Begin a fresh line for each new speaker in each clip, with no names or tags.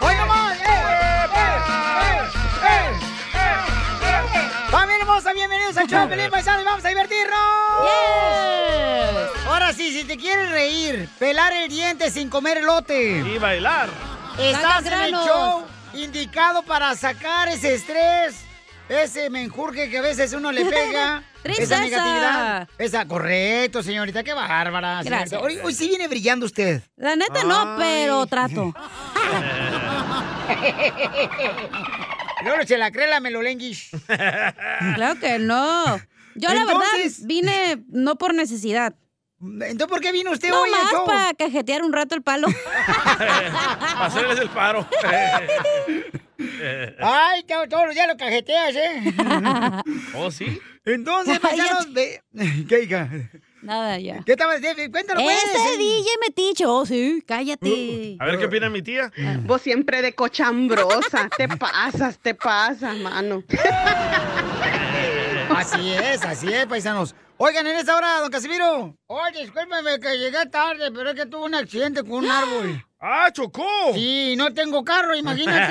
¡Hoy nomás! ¡Eh! ¡Eh! ¡Eh! ¡Eh! ¡Familia hermosa! Bienvenidos al show, Pelín Paisano, y vamos a divertirnos. Ahora sí, si te quieres reír, pelar el diente sin comer elote. Y bailar. Estás
Saca
en el
granos.
show indicado para sacar ese estrés, ese menjurje que a veces uno le pega.
Tristeza.
Esa negatividad. Esa, correcto, señorita. Qué bárbara. señorita.
Gracias.
Hoy, hoy sí viene brillando usted. Eh.
La neta no, pero trato.
No, se la cree la melolenguish.
Claro que no. Yo la
Entonces-
verdad vine no por necesidad.
Entonces, ¿por qué vino usted
no
hoy al
más
show?
para cajetear un rato el palo.
Hacerles el paro.
Ay, to- todos los días lo cajeteas, ¿eh?
¿Oh, sí?
Entonces, paisanos, ve- ¿qué hija?
Nada, ya.
¿Qué estabas? de- Cuéntalo, pues.
Ese DJ metiche, oh sí, cállate.
A ver qué opina mi tía.
Vos siempre de cochambrosa. Te pasas, te pasas, mano.
Así es, así es, paisanos. Oigan, en esta hora, don Casimiro. Oye, discúlpame que llegué tarde, pero es que tuve un accidente con un árbol. ¡Ah, chocó! Sí, no tengo carro, imagínate.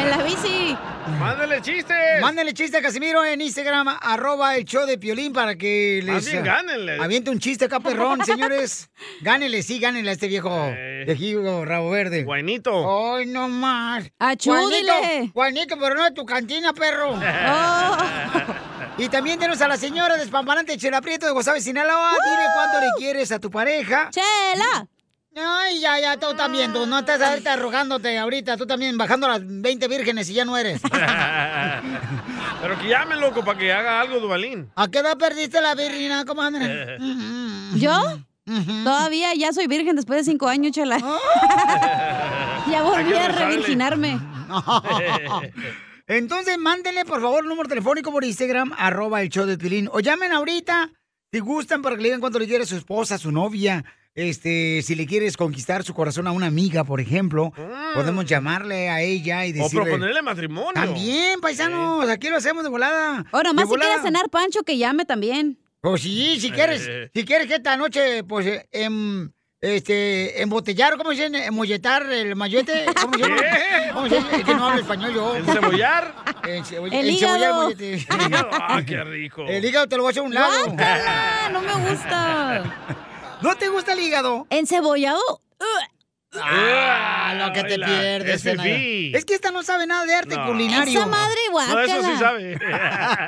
en la bici.
Mándale chistes. Mándale chiste a Casimiro en Instagram, arroba el show de Piolín para que
Más
les... eh,
bien, gánenle.
Aviente un chiste acá, perrón, señores. Gánenle, sí, gánenle a este viejo. Viejo rabo verde. Juanito. Ay, no más.
Achúdele.
Juanito, Juanito, pero no de tu cantina, perro. Y también tenemos a la señora despamparante Chela Prieto de Guasave, Sinaloa. Dile cuánto le quieres a tu pareja.
¡Chela! Ah.
Ay, ya, ya, tú también. Tú no estás ahorita rogándote ahorita. Tú también bajando las 20 vírgenes y ya no eres.
Pero que llame, loco, para que haga algo Dubalín.
¿A qué edad perdiste la virginidad, comadre?
¿Yo? Todavía ya soy virgen después de cinco años, chela.
Oh.
ya volví a revirginarme.
Entonces, mándenle, por favor, número telefónico por Instagram, arroba el show de Pilín. O llamen ahorita, si gustan, para que le digan cuánto le quiere su esposa, su novia. Este, si le quieres conquistar su corazón a una amiga, por ejemplo, podemos llamarle a ella y
Mm. O
decirle...
proponerle matrimonio.
También, paisanos, aquí lo hacemos de volada.
Ahora, más
De
si
volada.
quieres cenar Pancho, que llame también.
Pues sí, si quieres,
Eh.
si quieres que esta noche, pues, eh, em, este, embotellar, ¿cómo se dice? Emolletar el mayete. ¿Cómo se llama?
¿Qué?
¿Cómo se dice? Es que no hablo español yo.
¿Encebollar?
Enceboll-
El
encebollar
hígado.
mollete.
El hígado, ah, qué rico.
El hígado te lo voy a hacer a un lado.
¡Guácala! No me gusta.
¿No te gusta el hígado?
¿Encebollado?
Ah, lo que te
Hola,
pierdes.
es
Zenaida.
fifí.
Es que esta no sabe nada de arte
No.
culinario.
Esa madre, guácala. No, eso sí sabe.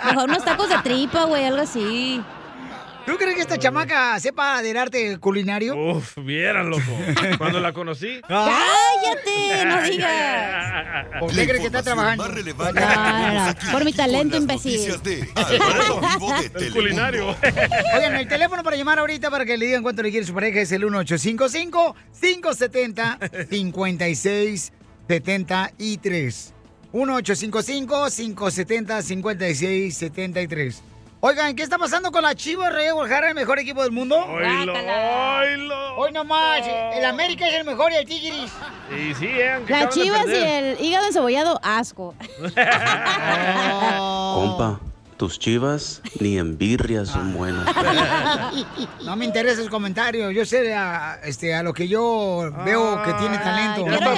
Mejor unos tacos de tripa, güey, algo así.
¿Tú crees que esta chamaca sepa del arte culinario?
Uf, vieran, loco. Cuando la conocí.
Ah.
¡Cállate! No digas.
¿Por
La
qué crees que está
información
trabajando?
más relevante
No,
que tenemos
no,
aquí
Por mi talento, imbécil.
noticias de Alfredo Este, Vivo de Telemundo.
culinario.
Oigan, el teléfono para llamar ahorita para que le digan cuánto le quiere su pareja es el 1855-570-5673. 1855-570-5673. Oigan, ¿qué está pasando con la Chivas Rey Guadalajara, el mejor equipo del mundo?
Oilo, oilo.
Hoy nomás, el América es el mejor y el Tigris.
Y sí, eh, aunque
Las
acaban de
chivas y
perder.
el hígado encebollado, asco.
Compa, tus chivas ni en birria son buenas.
No me interesa sus comentarios. Yo sé a, este, a lo que
Ah,
yo veo que tiene talento.
quiero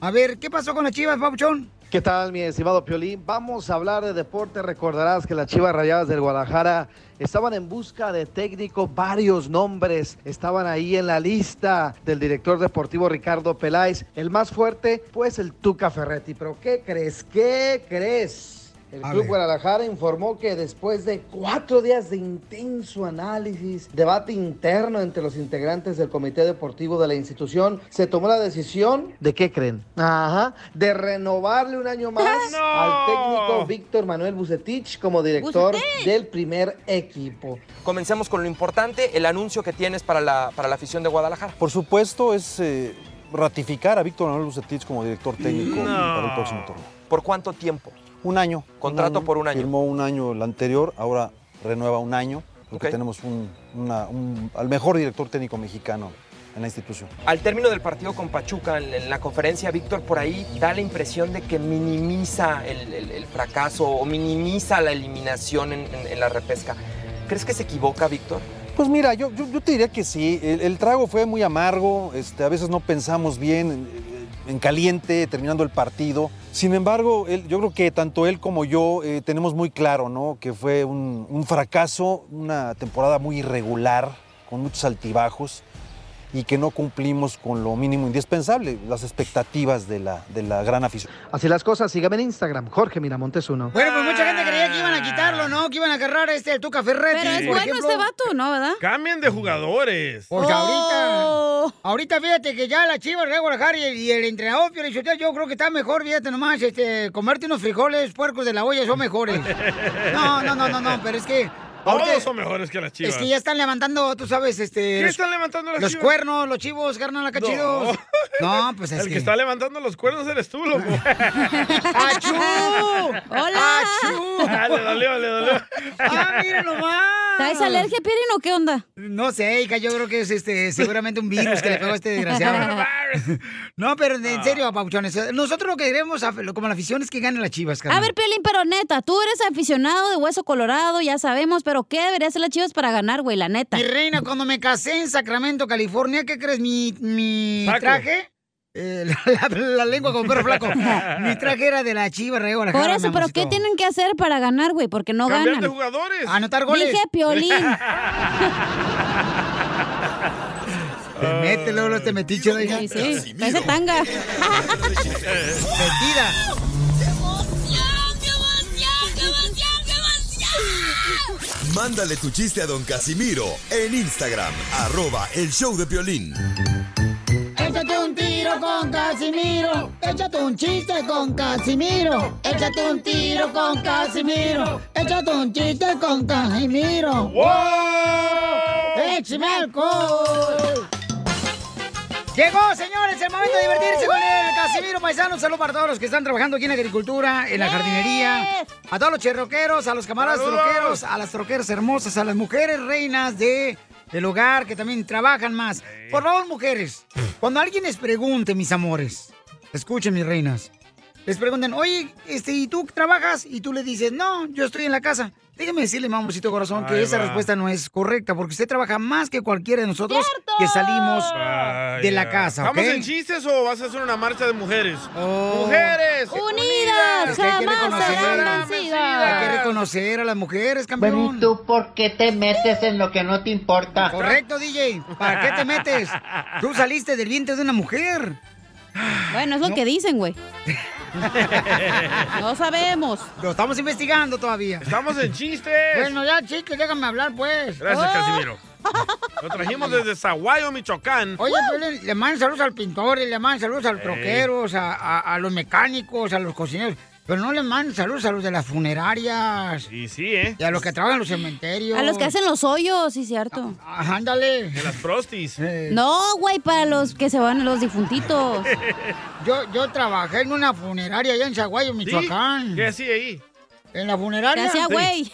A ver, ¿qué pasó con las chivas, Papuchón?
¿Qué tal, mi estimado Piolín? Vamos a hablar de deporte. Recordarás que las Chivas Rayadas del Guadalajara estaban en busca de técnico. Varios nombres estaban ahí en la lista del director deportivo Ricardo Peláez. El más fuerte, pues el Tuca Ferretti. Pero ¿qué crees? ¿Qué crees? El
A
Club
ver.
Guadalajara informó que después de cuatro días de intenso análisis, debate interno entre los integrantes del comité deportivo de la institución, se tomó la decisión de qué creen, ajá, de renovarle un año más
¡No!
al técnico Víctor Manuel Bucetich como director
¡Bucetich!
del primer equipo.
Comencemos con lo importante, el anuncio que tienes para la, para la afición de Guadalajara.
Por supuesto, es eh, ratificar a Víctor Manuel Bucetich como director técnico
No.
para el próximo torneo.
¿Por cuánto tiempo?
Un año.
Contrato por un año.
Firmó un año el anterior, ahora renueva un año, porque
Ok.
tenemos un- una- un- al mejor director técnico mexicano en la institución.
Al término del partido con Pachuca, en, en la conferencia, Víctor por ahí da la impresión de que minimiza el, el- el fracaso o minimiza la eliminación en, en- en la repesca. ¿Crees que se equivoca, Víctor?
Pues mira, yo, yo, yo te diría que sí. El, el trago fue muy amargo, este, a veces no pensamos bien eh, en, en caliente terminando el partido. Sin embargo, él- yo creo que tanto él como yo eh, tenemos muy claro ¿no? que fue un, un fracaso, una temporada muy irregular, con muchos altibajos y que no cumplimos con lo mínimo indispensable, las expectativas de la, de la gran afición.
Así las cosas, sígame en Instagram, Jorge Miramontes uno.
Bueno,
Ah.
pues mucha gente creía que iban a quitarlo, ¿no? Que iban a agarrar a este Tuca Ferretti.
Pero es
por
bueno
ejemplo.
este vato, ¿no? ¿Verdad?
Cambien de jugadores.
Porque
Oh.
ahorita, ahorita fíjate que ya la Chivas de Guadalajara y el, y el entrenador Pio Lizotelo, yo creo que está mejor, fíjate nomás, este, comerte unos frijoles puercos de la olla son mejores. No, no, no, no, no, pero es que ahorita-
Todos son mejores que las chivas.
es que ya están levantando, tú sabes, este,
¿Qué
los-
están levantando las
los
chivas?
cuernos, los chivos, carnal, acá chidos. No, pues es
El que...
que-
está levantando los cuernos eres tú, loco.
¡Achú!
¡Hola!
Ah, le dolió, le dolió.
¡Ah, mira nomás!
¿Traes alergia, Piolín, o qué onda?
No sé, hija, yo creo que es este, seguramente un virus que le pegó a este desgraciado. No, pero en serio, Pauchones, nosotros lo que queremos a- como la afición es que gane las chivas,
A
carnal.
ver, Piolín, pero neta, tú eres aficionado de hueso colorado, ya sabemos, pero ¿qué debería hacer las chivas para ganar, güey, la neta?
Mi reina, cuando me casé en Sacramento, California, ¿qué crees? Mi, mi
Saco.
traje, eh, la, la- la lengua con perro flaco, mi traje era de la chiva, rey,
Por eso, pero ¿qué tienen que hacer para ganar, güey? Porque no
Cambiar de
ganan.
jugadores.
Ah, Anotar goles.
Dije Piolín.
Te mete, luego luego te metiche, oiga.
Sí, sí, parece tanga.
Metida.
Mándale tu chiste a don Casimiro en Instagram, arroba el show de violín.
Échate un tiro con Casimiro. Échate un chiste con Casimiro. Échate un tiro con Casimiro. Échate un chiste con Casimiro.
¡Wow!
¡Échame alcohol! Llegó, señores, el momento de divertirse con el Casimiro Paisano. Saludos para todos los que están trabajando aquí en la agricultura, en la jardinería. A todos los cherroqueros, a los camaradas
Saludos.
troqueros, a las troqueras hermosas, a las mujeres reinas de el hogar que también trabajan más. Por favor, mujeres, cuando alguien les pregunte, mis amores, escuchen, mis reinas, les preguntan, oye, este, ¿y tú trabajas? Y tú le dices, no, yo estoy en la casa. Déjame decirle, mamorcito corazón, que
Ahí
esa
va.
respuesta no es correcta, porque usted trabaja más que cualquiera de nosotros que salimos
Ay,
de la
ya.
casa, ¿ok?
¿Vamos en chistes o vas a hacer una marcha de mujeres?
Oh.
¡Mujeres!
Unidas
Es que hay que
jamás
reconocer.
serán
Hay que
vencidas.
reconocer a las mujeres, campeón.
Bueno, ¿y tú por qué te metes en lo que no te importa?
Correcto, DJ. ¿Para qué te metes? Tú saliste del vientre de una mujer.
Bueno, es lo que dicen, güey. No sabemos.
Lo estamos investigando todavía.
¡Estamos en chistes!
Bueno, ya, chicos, déjame hablar, pues.
Gracias,
Oh.
Casimiro. Lo trajimos desde Zaguayo, Michoacán.
Oye, Piolín, le mandan saludos al pintor, y le mandan saludos a los troqueros, a, a- a los mecánicos, a los cocineros. Pero no le mandan saludos a los de las funerarias
Y sí, ¿eh?
y a los que trabajan en los cementerios.
A los que hacen los hoyos, sí, cierto.
Ajá, ándale.
De las prostis.
Eh,
No, güey, para los que se van los difuntitos.
Yo, yo trabajé en una funeraria allá en Zaguayo, Michoacán.
¿Sí? ¿Qué hacía ahí?
¿En la
¿Qué
funeraria?
hacía, güey?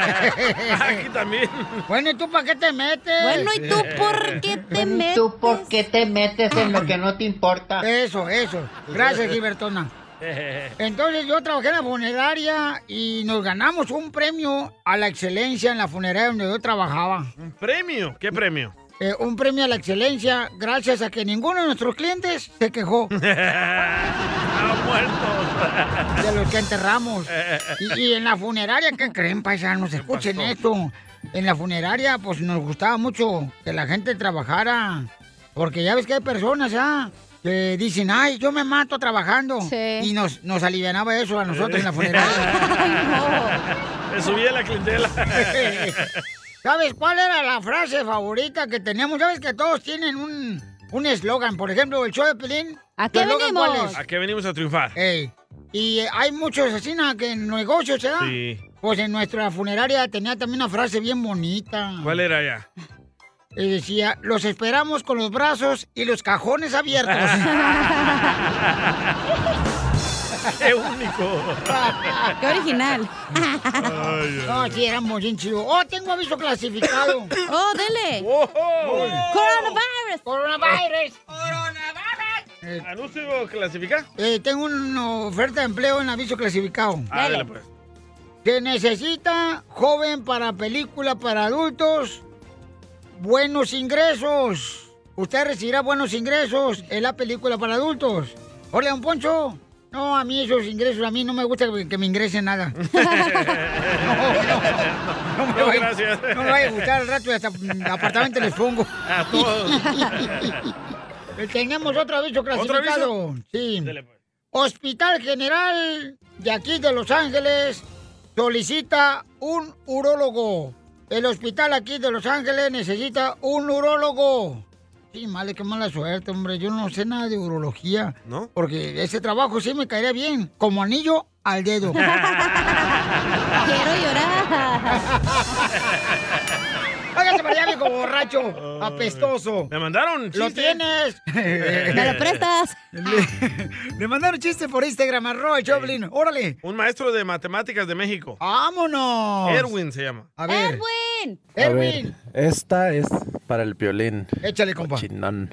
Aquí también.
Bueno, ¿y tú para qué te metes?
Bueno, ¿y tú por qué te
Bueno, ¿y
metes?
tú por qué te metes en lo que no te importa?
Eso, eso. Gracias, Gilbertona. Entonces yo trabajé en la funeraria y nos ganamos un premio a la excelencia en la funeraria donde yo trabajaba.
¿Un premio? ¿Qué premio?
Eh, un premio a la excelencia gracias a que ninguno de nuestros clientes se quejó.
Ah, los muertos.
de los que enterramos. Y, y en la funeraria, ¿qué creen, paisanos? Escuchen esto. En la funeraria, pues nos gustaba mucho que la gente trabajara. Porque ya ves que hay personas, ¿ah? Que dicen, ay, yo me mato trabajando. Y nos, nos alivianaba eso a nosotros en la funeraria.
Me subí a la clientela.
¿Sabes cuál era la frase favorita que teníamos? ¿Sabes que todos tienen un un eslogan? Por ejemplo, el show de Pelín. ¿A
¿A qué venimos a triunfar?
Ey, y eh, hay muchos asesinos que en negocios,
Ah.
¿verdad?
Sí.
Pues en nuestra funeraria tenía también una frase bien bonita.
¿Cuál era ya?
Y decía, los esperamos con los brazos y los cajones abiertos.
¡Qué único!
¡Qué original! No, sí, era muy bien chido. ¡Oh, tengo aviso clasificado!
¡Oh, dele!
¡Coronavirus! ¡Coronavirus!
¿Anuncio clasifica?
Eh, tengo una oferta de empleo en aviso clasificado.
Ah, dale, pues.
Se necesita joven para película para adultos, buenos ingresos. Usted recibirá buenos ingresos en la película para adultos. Hola, un poncho. No, a mí esos ingresos, a mí no me gusta que- que me ingresen nada. No, me vaya-
gracias.
no me vaya a gustar al rato y hasta mm, apartamento les pongo.
A todos.
Tenemos otro aviso
¿Otro
clasificado.
aviso? pues.
Sí. Hospital General de aquí de Los Ángeles solicita un urólogo. El hospital aquí de Los Ángeles necesita un urólogo. Sí, madre, qué mala suerte, hombre. Yo no sé nada de urología. ¿No? Porque ese trabajo sí me caería bien, como anillo al dedo.
Quiero
llorar. Hágase para allá, viejo borracho, apestoso.
Me mandaron
¡Lo
chiste.
tienes!
¿Me lo prestas?
Le, le mandaron chiste por Instagram, arroba el Choplin. ¡Órale!
Un maestro de matemáticas de México.
¡Vámonos!
Erwin se llama.
A ver.
¡Erwin!
A ver, esta es para el violín.
Échale, compa.
Cochinón.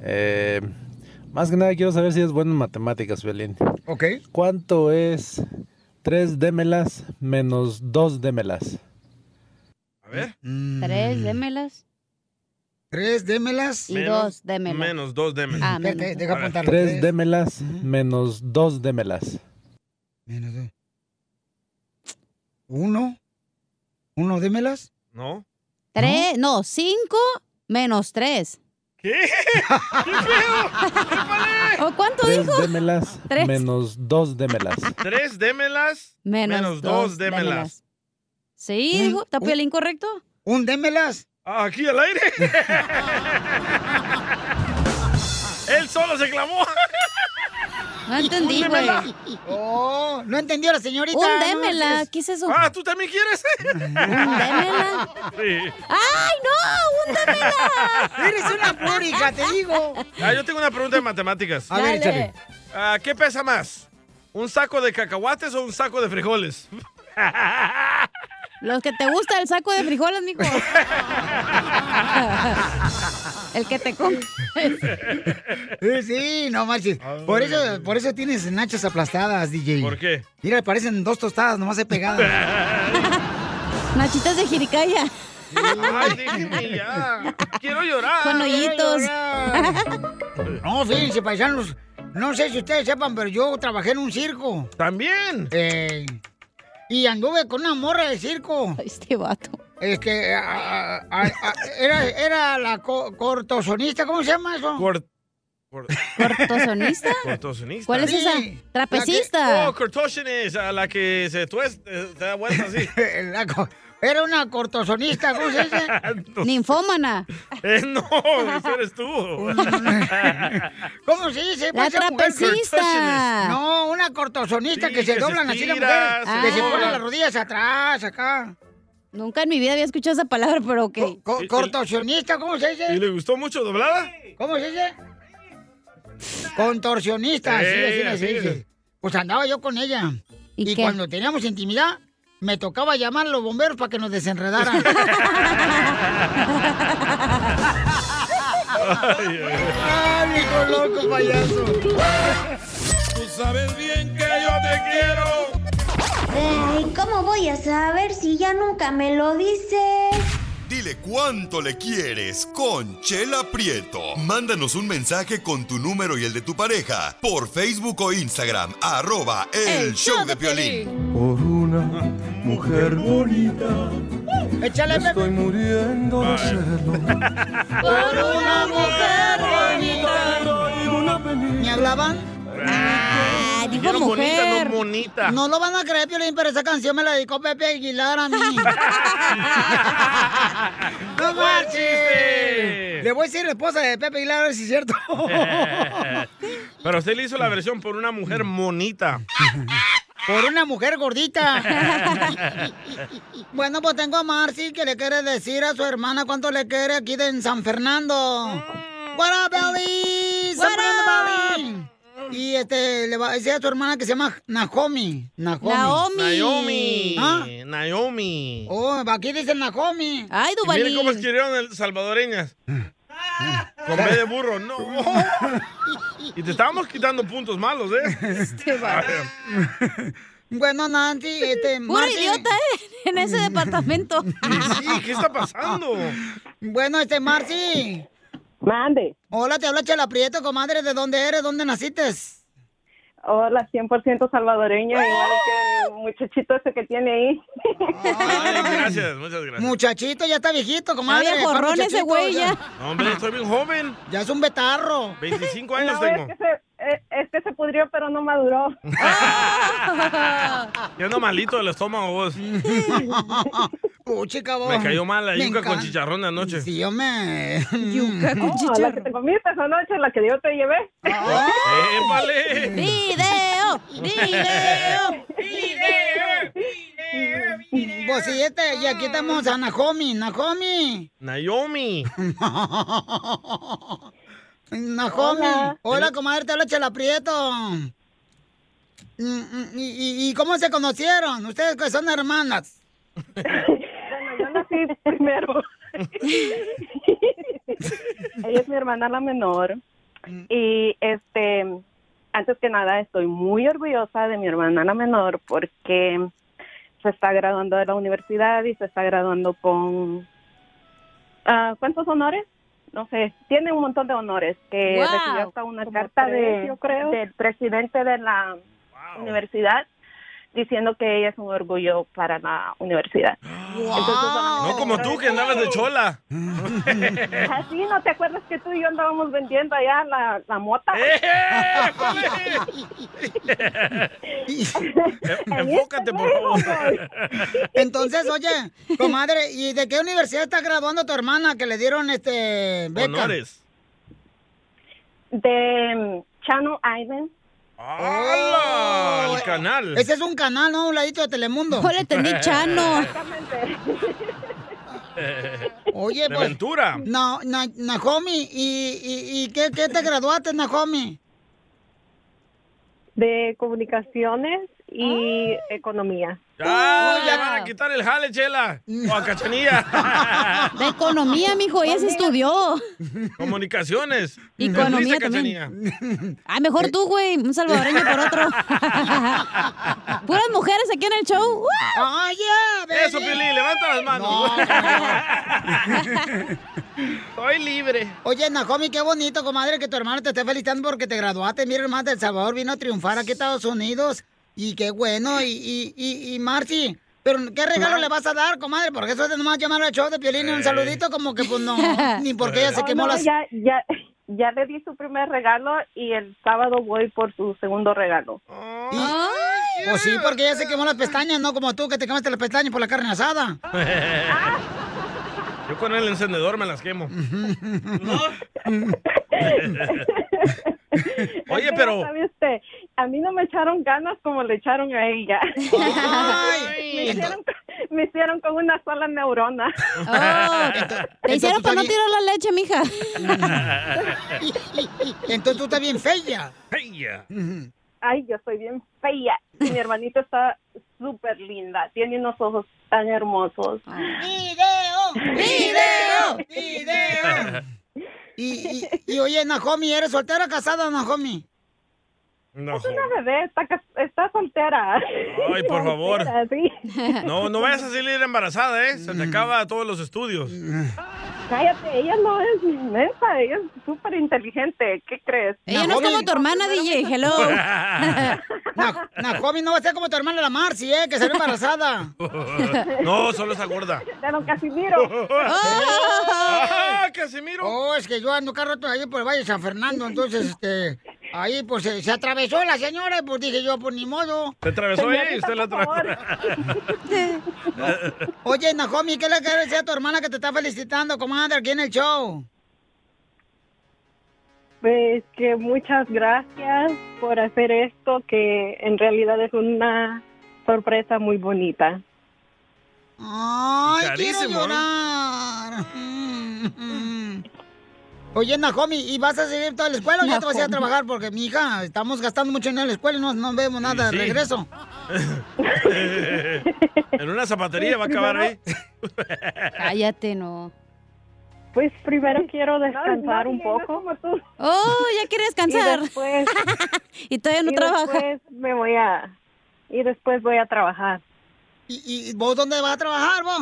Eh, más que nada quiero saber si es bueno en matemáticas, violín.
Ok.
¿Cuánto es 3 démelas menos 2 démelas?
Mm.
Tres, démelas.
Tres démelas.
Y dos démelas.
Menos dos démelas.
Ah, menos.
Espérate, deja
A ver.
apuntarlo.
3 démelas menos 2 démelas.
¿Uno? ¿Uno démelas?
¿No?
Tres, no, cinco menos tres.
¿Qué?
¿Qué ¿O cuánto
3
dijo?
démelas
Tres.
menos 2 démelas.
Tres démelas.
Menos dos démelas. Sí, dijo, ¿está Piolín correcto?
¿Un démelas?
Aquí al aire. Él solo se clamó.
Ah. No entendí,
Un
güey.
démela.
Oh, no entendió la señorita.
Un
no
démela,
manches.
¿qué es eso?
Ah, ¿tú también quieres?
Un démela.
Sí.
¡Ay, no! ¡Un démela!
Eres una púrica, te digo.
Ah, yo tengo una pregunta de matemáticas.
A ver, Dale. échale.
Ah, ¿Qué pesa más? ¿Un saco de cacahuates o un saco de frijoles?
Los que te gusta el saco de frijoles, mijo. el que te come.
Eh, Sí, no manches.
Ah,
Por eso, por eso tienes nachas aplastadas, DJ. ¿Por
qué?
Mira, parecen dos tostadas nomás he pegado. Nachitas de jiricaya.
Ay, déjenme ya. Quiero llorar.
Con hoyitos.
No, fíjense, paisanos. No sé si ustedes sepan, pero yo trabajé en un circo. Eh,
¿También?
y anduve con una morra de circo.
Este vato.
Este, a- a- a- a- era, era la co- cortosonista, ¿cómo se llama eso?
Cort- cor-
¿Cortosonista?
Cortosonista.
¿Cuál es esa?
La que-
Trapecista.
oh, cortotion es a la que se tueste, eh, se da vuelta así.
La co- era una cortosonista, ¿cómo se dice?
Ninfómana.
Eh, no, ese eres tú.
¿Cómo se dice?
La
Pues, esa mujer-
trapecista. Cortosionist.
No, una cortosonista
Sí,
que se
que se
doblan así las
estira,
mujeres.
se
que se
dobla.
ponen las rodillas atrás, acá.
Nunca en mi vida había escuchado esa palabra, pero ok.
Co- cortosionista, ¿cómo se dice?
¿Y le gustó mucho doblada?
¿Cómo se dice? Contorsionista, así,
Eh,
así, así,
así
así.
es.
Pues andaba yo con ella. Y,
qué?
cuando teníamos intimidad, me tocaba llamar a los bomberos para que nos desenredaran. ¡Ay, hijo loco, payaso!
Tú sabes bien que yo te quiero.
Ay, ¿cómo voy a saber si ya nunca me lo dices?
Dile cuánto le quieres con Chela Prieto. Mándanos un mensaje con tu número y el de tu pareja por Facebook o Instagram, arroba el, show de violín.
Por una mujer bonita.
Échale,
Estoy muriendo de celos.
Por una mujer
bonita.
¿Me hablaban? Ah, dijo
dijeron bonita,
mujer.
no bonita.
No lo van a creer, Piolín, pero esa canción me la dedicó Pepe Aguilar a mí. ¡No marches! Le voy a decir la esposa de Pepe Aguilar, a ver si es cierto.
Pero usted le hizo la versión por una mujer monita.
Por una mujer gordita. bueno, pues tengo a Marcy que le quiere decir a su hermana cuánto le quiere aquí de en San Fernando.
Mm.
What up, Belly? San Fernando, Belly. Y este, le va a decir a su hermana que se llama Naomi. Naomi.
Naomi.
¿Ah?
Naomi.
Oh, aquí dicen Naomi. Ay,
Y Miren cómo escribieron el salvadoreñas. Con B de burro, no. Y te estábamos quitando puntos malos, ¿eh?
Bueno, Nancy, este...
Puro idiota, ¿eh? En ese departamento.
Sí, ¿qué está pasando?
Bueno, este, Marcy.
Mande.
Hola, te habla Chela Prieto, comadre. ¿De dónde eres? ¿Dónde naciste?
Hola, 100% salvadoreña,
¡Ah!
igual que el muchachito ese que tiene ahí.
Gracias, muchas gracias.
Muchachito, ya está viejito, comadre.
Está bien
¿Cuál
jorrón ese
muchachito?
güey, ya.
No, hombre, estoy bien joven.
Ya es un betarro.
25 años
No,
tengo.
Es que, se, eh, es que se pudrió, pero no maduró.
Ya ando malito del estómago vos.
Puche, cabrón.
Me cayó mal la
Me
yuca con
encanta.
chicharrón anoche.
Sí, yo me...
Yuca
con
La que te comiste esa noche, la que yo te llevé.
¡Épale!
¡Video!
¡Video! Pues sí, este, y aquí estamos a Naomi, Naomi.
Naomi.
Naomi. Hola,
Hola.
comadre, te habla Chela Prieto. Mm, mm, ¿Y, y- y cómo se conocieron? Ustedes que son hermanas.
Yo nací primero. Ella es mi hermana la menor. Y este, antes que nada, estoy muy orgullosa de mi hermana la menor porque se está graduando de la universidad y se está graduando con. ah, ¿Cuántos honores? No sé, tiene un montón de honores que
Wow.
Eh, recibió hasta una
Como
carta
tres,
de,
yo creo.
del presidente de la universidad diciendo que ella es un orgullo para la universidad.
No como tú que andabas de chola.
Así, Ah, ¿no te acuerdas que tú y yo andábamos vendiendo allá la, la mota?
¡Eh,
Enfócate, por favor.
Entonces, oye, comadre, ¿y de qué universidad está graduando tu hermana que le dieron este beca?
Honores.
De mm, Channel Island.
¡Hala! El canal.
¡Oh! Ese es un canal, ¿no? Un ladito de Telemundo.
le entendí, Chano.
Oye,
De
pues.
Ventura.
No, na, Naomi, ¿y, y, y qué, qué te graduaste, Naomi?
De comunicaciones y
Ah.
economía.
¡Ah! Ya, ya van a quitar el jale, chela. O a cachanilla.
De economía, mijo, ella se estudió.
Comunicaciones.
Economía
Te
también.
fuiste,
Ah, mejor tú, güey. Un salvadoreño por otro. Puras mujeres aquí en el show.
¡Ah, ya!
Eso, Pili, levanta las manos.
Soy libre. Oye, Naomi, qué bonito, comadre, que tu hermana te esté felicitando porque te graduaste. Mira, hermana del Salvador vino a triunfar aquí a Estados Unidos. Y qué bueno. Y, y, y, y Marci, ¿pero qué regalo
Ma.
le vas a dar, comadre? Porque eso es de nomás llamar al show de Piolín y un
Eh.
Ey.
saludito como que, pues, no. Ni porque ella se
Oh,
quemó
no,
las...
Ya, ya, ya le di su primer regalo y el sábado voy por su segundo regalo. Ah,
Y- Pues sí, porque ella se quemó las pestañas, no como tú que te quemaste las pestañas por la carne asada.
Yo con el encendedor me las quemo. Oye,
Es que
pero
ya sabe usted, a mí no me echaron ganas como le echaron a ella. me, hicieron, me hicieron con una sola neurona.
Oh, Te hicieron para no tirar la leche, mija.
Entonces tú estás bien fea.
Ella.
Ay, yo soy bien fea. Y mi hermanita está súper linda. Tiene unos ojos tan hermosos.
Ah.
¡Video! ¡Video! ¡Video! Y, y, y, oye, Nahomi, ¿eres soltera o casada, Nahomi?
No,
Es Pues una bebé, está, cas- está soltera.
Ay, por favor.
Soltera, sí.
no, no vayas a salir embarazada, ¿eh?
Mm.
Se te acaba todos los estudios.
Cállate, ella no es inmensa, ella es súper inteligente. ¿Qué crees?
Ella no es como tu hermana, DJ. Hello.
Nahomi no va a ser como tu hermana la Marci, ¿eh? Que salió embarazada.
No, solo esa gorda.
De don Casimiro.
¡Ah,
Casimiro! Oh, es que yo ando cada rato ahí por el Valle de San Fernando, entonces, este... Ahí, pues, se, se atravesó la señora y, pues, dije yo, pues, ni modo.
Se atravesó ella y usted la atravesó.
Oye, Nahomi, ¿qué le quieres decir a tu hermana que te está felicitando, comadre, aquí en el show?
Pues que muchas gracias por hacer esto, que en realidad es una sorpresa muy bonita.
Ay,
Carísimo,
quiero
¿eh?
llorar. Mm, mm. Oye, Nahomi, ¿y vas a seguir toda la escuela o ya te vas a ir a
Nahomi.
trabajar? Porque, mija, estamos gastando mucho dinero en la escuela y no, no vemos nada de
sí.
regreso.
en una zapatería va a acabar ahí.
Cállate, no.
Pues primero quiero descansar un poco.
Oh, ya quiere descansar.
Y después,
Y todavía no
y
trabaja.
después me voy a y después voy a trabajar.
¿Y, y vos dónde vas a trabajar, vos?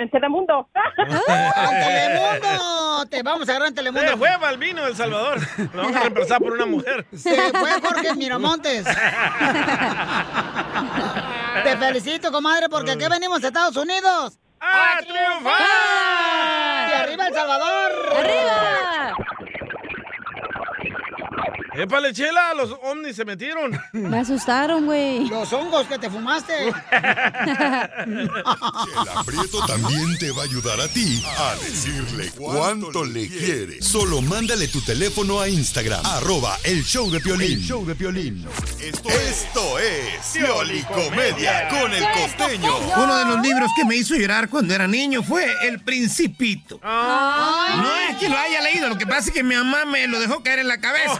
En Telemundo. Ah,
¡Oh,
Eh,
¡Telemundo! Te vamos a agarrar en Telemundo.
Se fue Balvino El Salvador. Lo vamos a reemplazar por una mujer.
Se fue Jorge Miramontes. Te felicito, comadre, porque aquí venimos a Estados Unidos.
¡A
triunfar! ¡Y arriba El Salvador!
¡Arriba!
¡Épale, chela! Los ovnis se metieron.
Me asustaron, güey.
Los hongos que te fumaste.
Chela Prieto también te va a ayudar a ti a decirle cuánto le quiere. Solo mándale tu teléfono a Instagram, arroba el show de Piolín.
El
show de Piolín. Esto, esto es Pioli Comedia con el costeño.
Uno de los libros que me hizo llorar cuando era niño fue El Principito.
Ah.
No es que lo haya leído, lo que pasa es que mi mamá me lo dejó caer en la
Oh,
cabeza.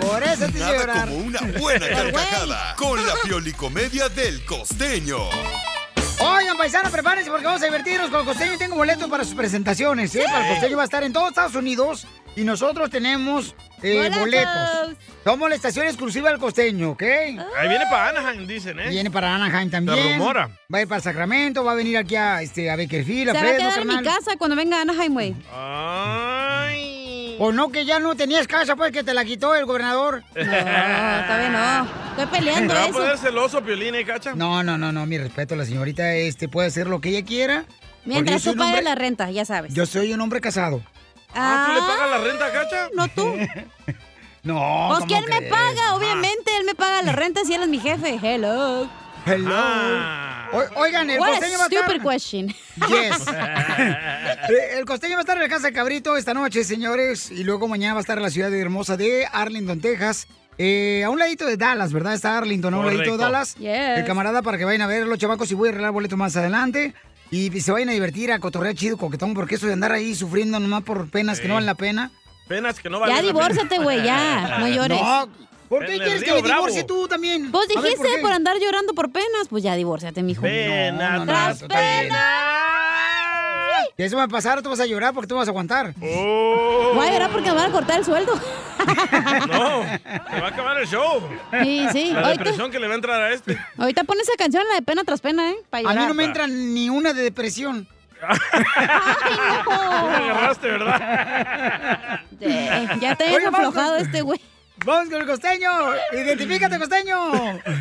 Por eso te hice
Nada
llorar.
como una buena carcajada con la Pioli Comedia del costeño.
Oigan, paisana, prepárense porque vamos a divertirnos con el costeño. Tengo boletos para sus presentaciones. ¿eh? Para el costeño va a estar en todos Estados Unidos y nosotros tenemos eh,
¡Boletos!
boletos. Somos la estación exclusiva del costeño, ¿ok?
Ahí viene para Anaheim, dicen, ¿eh?
Viene para Anaheim también.
Se rumora.
Va a ir para Sacramento, va a venir aquí a, este, a
Se
Bakersfield, a
va a
Fresno,
quedar en mi
carnal.
casa cuando venga Anaheim, güey.
O no, que ya no tenías casa, pues, que te la quitó el gobernador.
No, todavía
no. Estoy
¿No va a poder celoso, Piolín, eh, cacha?
No, no, no, no, mi respeto, la señorita este, puede hacer lo que ella quiera. porque yo
Mientras tú
soy un
pagas
hombre-
la renta, pues. ya sabes.
Yo soy un hombre casado.
Ah, ¿tú le pagas la renta, cacha?
No tú.
No,
pues
Oh, ¿cómo
quién me
crees?
paga, obviamente. Él me paga la renta si él es mi jefe. Hello.
Hello. O- oigan, el
What a
costeño va a estar-
stupid question.
Yes. Eh, El costeño va a estar en la casa de Cabrito esta noche, señores. Y luego mañana va a estar en la ciudad de hermosa de Arlington, Texas. Eh, a un ladito de Dallas, ¿verdad? Está Arlington, a un ladito de
Correcto.
Dallas.
Yes.
El camarada para que vayan a ver los chavacos y voy a arreglar boletos más adelante. Y se vayan a divertir, a cotorrear chido, coquetón, porque eso de andar ahí sufriendo nomás por penas que
Sí.
no valen la pena.
Penas que no valen la pena.
divórzate, güey, ya, no llores.
Eh, No, ¿por qué
En el
quieres que
río
me
Bravo.
divorcie tú también?
Vos
A ver,
dijiste
¿por
por,
qué?
andar llorando por penas, pues ya divórciate, mijo.
Pena
no,
tras
no,
Si eso va a pasar, tú vas a llorar porque tú vas a aguantar.
Voy a llorar porque me van a cortar el sueldo.
No, se va a acabar el show.
Sí, sí.
La
Ahorita-
depresión que le va a entrar a este.
Ahorita pon esa canción, la de pena tras pena, ¿eh? Pa'
A mí
llorar.
no me entra ni una de depresión.
agarraste, ¿verdad?
Eh, ya te habías
Oye, vamos
aflojado
con-
este güey.
Vamos con el costeño. Identifícate, costeño.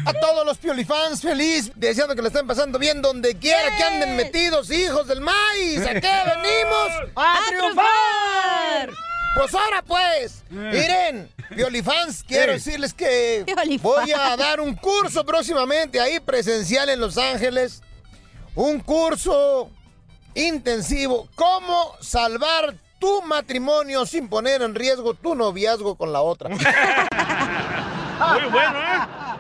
A todos los piolifans feliz, deseando que lo estén pasando bien donde quiera que anden metidos, hijos del maíz. ¿A qué venimos?
¡A
triunfar! Pues ahora pues,
Eh.
miren, piolifans, quiero
Eh.
decirles que voy a dar un curso próximamente ahí presencial en Los Ángeles. Un curso intensivo, cómo salvar tu matrimonio sin poner en riesgo tu noviazgo con la otra.
Muy bueno, ¿eh?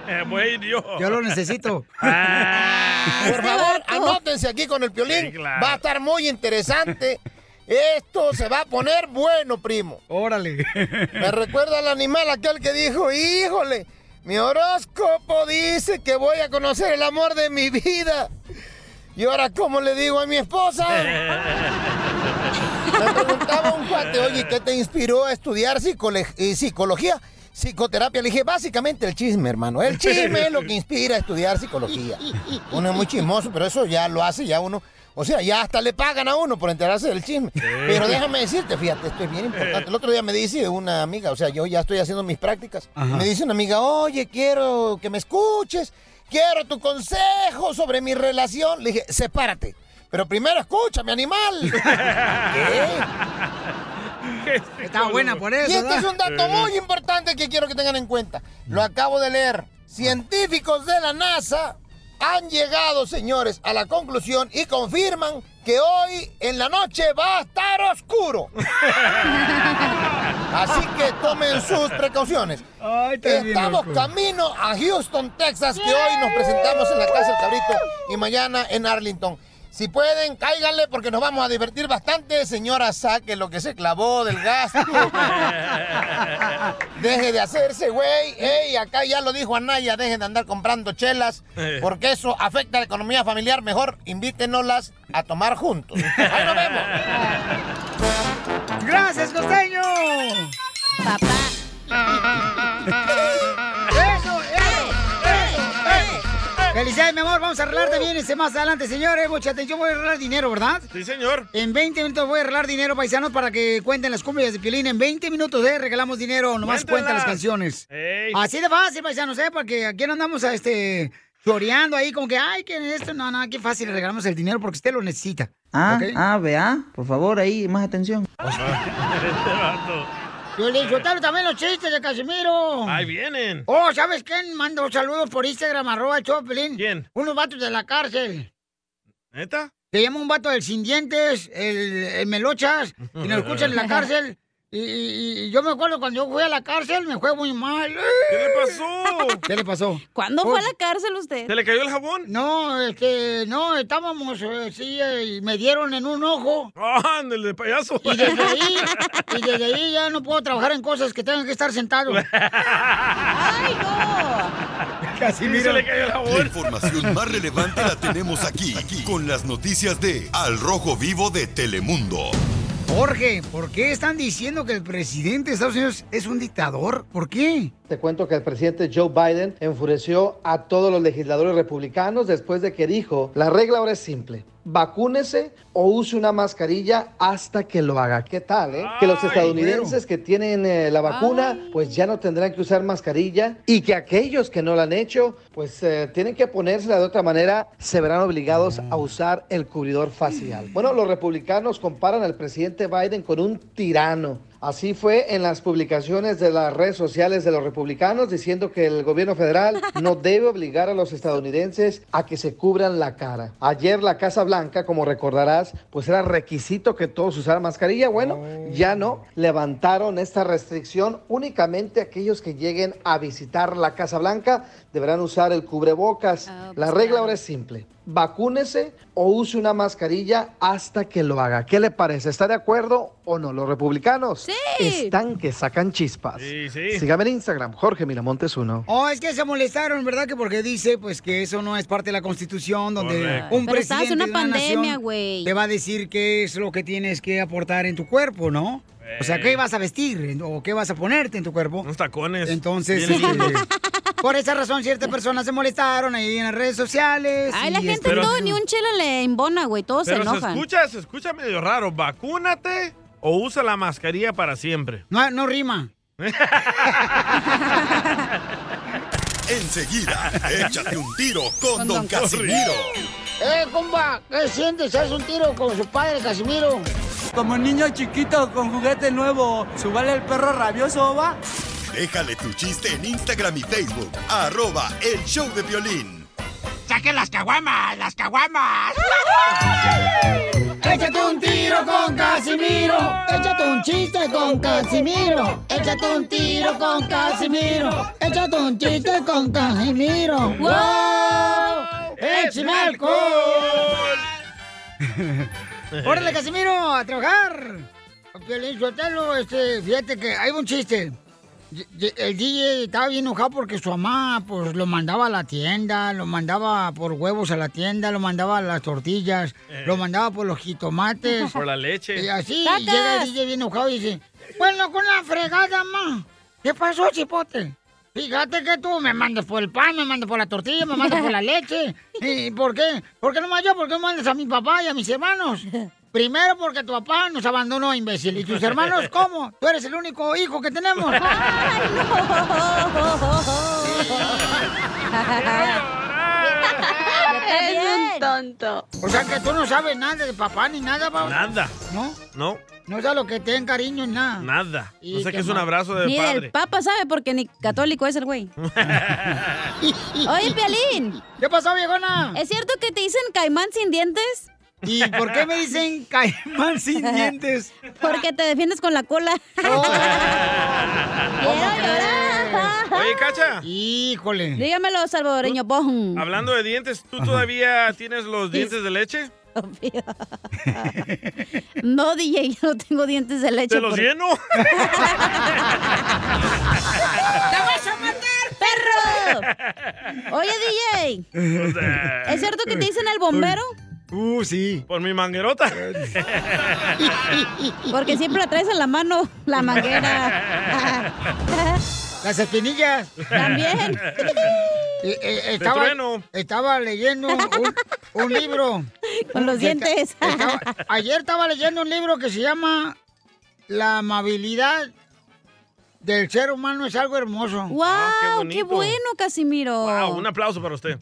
Eh, voy a ir yo.
Yo lo necesito. Este
Por favor, anótense aquí con el piolín.
Sí, claro.
Va a estar muy interesante. Esto se va a poner bueno, primo.
Órale.
Me recuerda al animal aquel que dijo, híjole, mi horóscopo dice que voy a conocer el amor de mi vida. Y ahora, ¿cómo le digo a mi esposa? Me preguntaba un cuate, oye, ¿qué te inspiró a estudiar psicole- eh, psicología? Psicoterapia. Le dije, básicamente el chisme, hermano. El chisme es lo que inspira a estudiar psicología. Uno es muy chismoso, pero eso ya lo hace ya uno. O sea, ya hasta le pagan a uno por enterarse del chisme. Pero déjame decirte, fíjate, esto es bien importante. El otro día me dice una amiga, o sea, yo ya estoy haciendo mis prácticas.
Ajá.
Me dice una amiga, oye, quiero que me escuches. Quiero tu consejo sobre mi relación. Le dije, sepárate. Pero primero escúchame, animal.
Está buena por eso.
Y este
¿verdad?
es
Mm.
un dato muy importante que quiero que tengan en cuenta. Lo acabo de leer. Científicos de la NASA han llegado, señores, a la conclusión y confirman que hoy en la noche va a estar oscuro. Así que tomen sus precauciones.
está bien
Estamos
pues.
loco.
camino a Houston, Texas, que hoy nos presentamos en la Casa del Cabrito y mañana en Arlington. Si pueden, cáiganle porque nos vamos a divertir bastante. Señora, saque lo que se clavó del gasto. Deje de hacerse, güey. Ey, acá ya lo dijo Anaya, dejen de andar comprando chelas,
Eh.
porque eso afecta a la economía familiar. Mejor invítenoslas a tomar juntos. Ahí nos vemos.
¡Gracias, costeño! ¡Papá! ¡Eso, eso! Felicidades, mi amor. Vamos a arreglarte bien este más adelante, señores. Mucha atención. Voy a arreglar dinero, ¿verdad?
Sí, señor.
En 20 minutos voy a arreglar dinero, paisanos, para que cuenten las cumbias de Piolín. En 20 minutos, ¿eh? Regalamos dinero. Nomás
Cuéntalas.
cuentan las canciones.
Ey.
Así de fácil, paisanos, ¿eh? Porque aquí no andamos a este... Floreando ahí como que, ay, que esto, no, no, qué fácil, le regalamos el dinero porque usted lo necesita.
Ah,
¿ok?
ah, vea, por favor, ahí, más atención.
Este vato.
Yo le insultaron también los chistes de Casimiro.
Ahí vienen.
Oh, ¿sabes quién? Mando saludos por Instagram, arroba el Choplin. ¿Quién? Unos vatos de la cárcel.
¿Neta?
Se llama un vato del Sin Dientes, el, el Melochas, y nos escuchan en la cárcel. Y, y- y yo me acuerdo cuando yo fui a la cárcel, me fue muy mal. ¿Qué le
pasó?
¿Qué le pasó?
¿Cuándo fue a la cárcel usted?
¿Se le cayó el jabón?
No, este, no, estábamos, eh, sí, eh, y me dieron en un ojo.
Ándale, de payaso.
Y desde ahí, y desde ahí ya no puedo trabajar en cosas que tengan que estar sentado. ¡Ay, no!
La información más relevante la tenemos aquí, aquí, con las noticias de Al Rojo Vivo de Telemundo.
Jorge, ¿por qué están diciendo que el presidente de Estados Unidos es un dictador? ¿Por qué?
Te cuento que el presidente Joe Biden enfureció a todos los legisladores republicanos después de que dijo, la regla ahora es simple, vacúnese o use una mascarilla hasta que lo haga. ¿Qué tal, eh? Que los
Ay,
estadounidenses que tienen eh, la vacuna, pues ya no tendrán que usar mascarilla y que aquellos que no la han hecho, pues eh, tienen que ponérsela de otra manera, se verán obligados a usar el cubridor facial. Bueno, los republicanos comparan al presidente Biden con un tirano. Así fue en las publicaciones de las redes sociales de los republicanos diciendo que el gobierno federal no debe obligar a los estadounidenses a que se cubran la cara. Ayer la Casa Blanca, como recordarás, pues era requisito que todos usaran mascarilla. Bueno, ya no. Levantaron esta restricción. Únicamente aquellos que lleguen a visitar la Casa Blanca deberán usar el cubrebocas. la regla ahora es simple. Vacúnese o use una mascarilla hasta que lo haga. ¿Qué le parece? ¿Está de acuerdo o no? Los republicanos están que sacan chispas. Sígame en Instagram, Jorge Miramontes 1.
Oh, es que se molestaron, ¿verdad? Que porque dice, pues, que eso no es parte de la Constitución, donde
Correcto.
un
Pero estabas
presidente
en una
de una
pandemia,
nación
güey.
te va a decir qué es lo que tienes que aportar en tu cuerpo, ¿no? O sea, ¿qué vas a vestir o qué vas a ponerte en tu cuerpo? Unos
tacones.
Entonces,
Bien
este,
lindos.
por esa razón ciertas personas se molestaron ahí en las redes sociales.
Ay, la
y
gente
este-
no, ni un chela le embona, güey. Todos se
Pero se,
enojan.
escucha, se escucha medio raro. Vacúnate o usa la mascarilla para siempre.
No, no rima.
Enseguida, échate un tiro con,
Con
Don,
Don
Casimiro.
¡Eh, compa! ¿Qué sientes? ¿Haz un tiro con su padre, Casimiro? Como niño chiquito con juguete nuevo, ¿subale el perro rabioso, va?
Déjale tu chiste en Instagram y Facebook, arroba el show de violín.
¡Saquen las caguamas! ¡Las caguamas!
Échate un tiro con Casimiro. Échate un chiste con Casimiro. Échate un tiro con Casimiro. Échate un chiste con Casimiro. ¡Wow! ¡Échame alcohol! ¡Órale, Casimiro! ¡A trabajar! Piolín Sotelo, este, fíjate que hay un chiste. el DJ estaba bien enojado porque su mamá pues lo mandaba a la tienda, lo mandaba por huevos a la tienda, lo mandaba a las tortillas,
Eh.
lo mandaba por los jitomates.
Por la leche.
Y así llega el DJ bien enojado y dice, bueno, con la fregada, ma. ¿Qué pasó, chipote? Fíjate que tú me mandas por el pan, me mandas por la tortilla, me mandas por la leche. ¿Y por qué? ¿Por qué no más yo? ¿Por qué no mandas a mi papá y a mis hermanos? Primero porque tu papá nos abandonó, imbécil. ¿Y tus hermanos cómo? Tú eres el único hijo que tenemos.
Eres
un tonto. O sea que tú no sabes nada de papá ni nada, papá.
Nada.
¿No?
No,
No sabes lo que te den cariño ni nada.
nada. No
Y
sé qué
qué
es un
mal.
abrazo de
Ni
padre.
el papa sabe porque ni católico es el güey. Oye, Pialín.
¿Qué pasó, viejona?
¿Es cierto que te dicen caimán sin dientes?
¿Y por qué me dicen caimán sin dientes? Oh.
Porque te defiendes con la cola.
Oye, Cacha.
Híjole.
Dígamelo, salvadoreño. Bojum.
Hablando de dientes, ¿tú todavía tienes los dientes de leche?
No, DJ, yo no tengo dientes de leche.
¿Te los
por-
lleno?
¡Perro! Oye, DJ, ¿es cierto que te dicen el bombero?
Uh, sí.
Por mi manguerota.
Porque siempre la traes en la mano, la manguera.
Las espinillas.
También.
Eh, eh,
De
estaba,
trueno.
estaba leyendo un, un libro.
Con los
Y esta-
dientes.
estaba- ayer estaba leyendo un libro que se llama La amabilidad del ser humano es algo hermoso.
¡Wow! Ah, qué, bueno, Casimiro!
Wow, Ah, un aplauso para usted.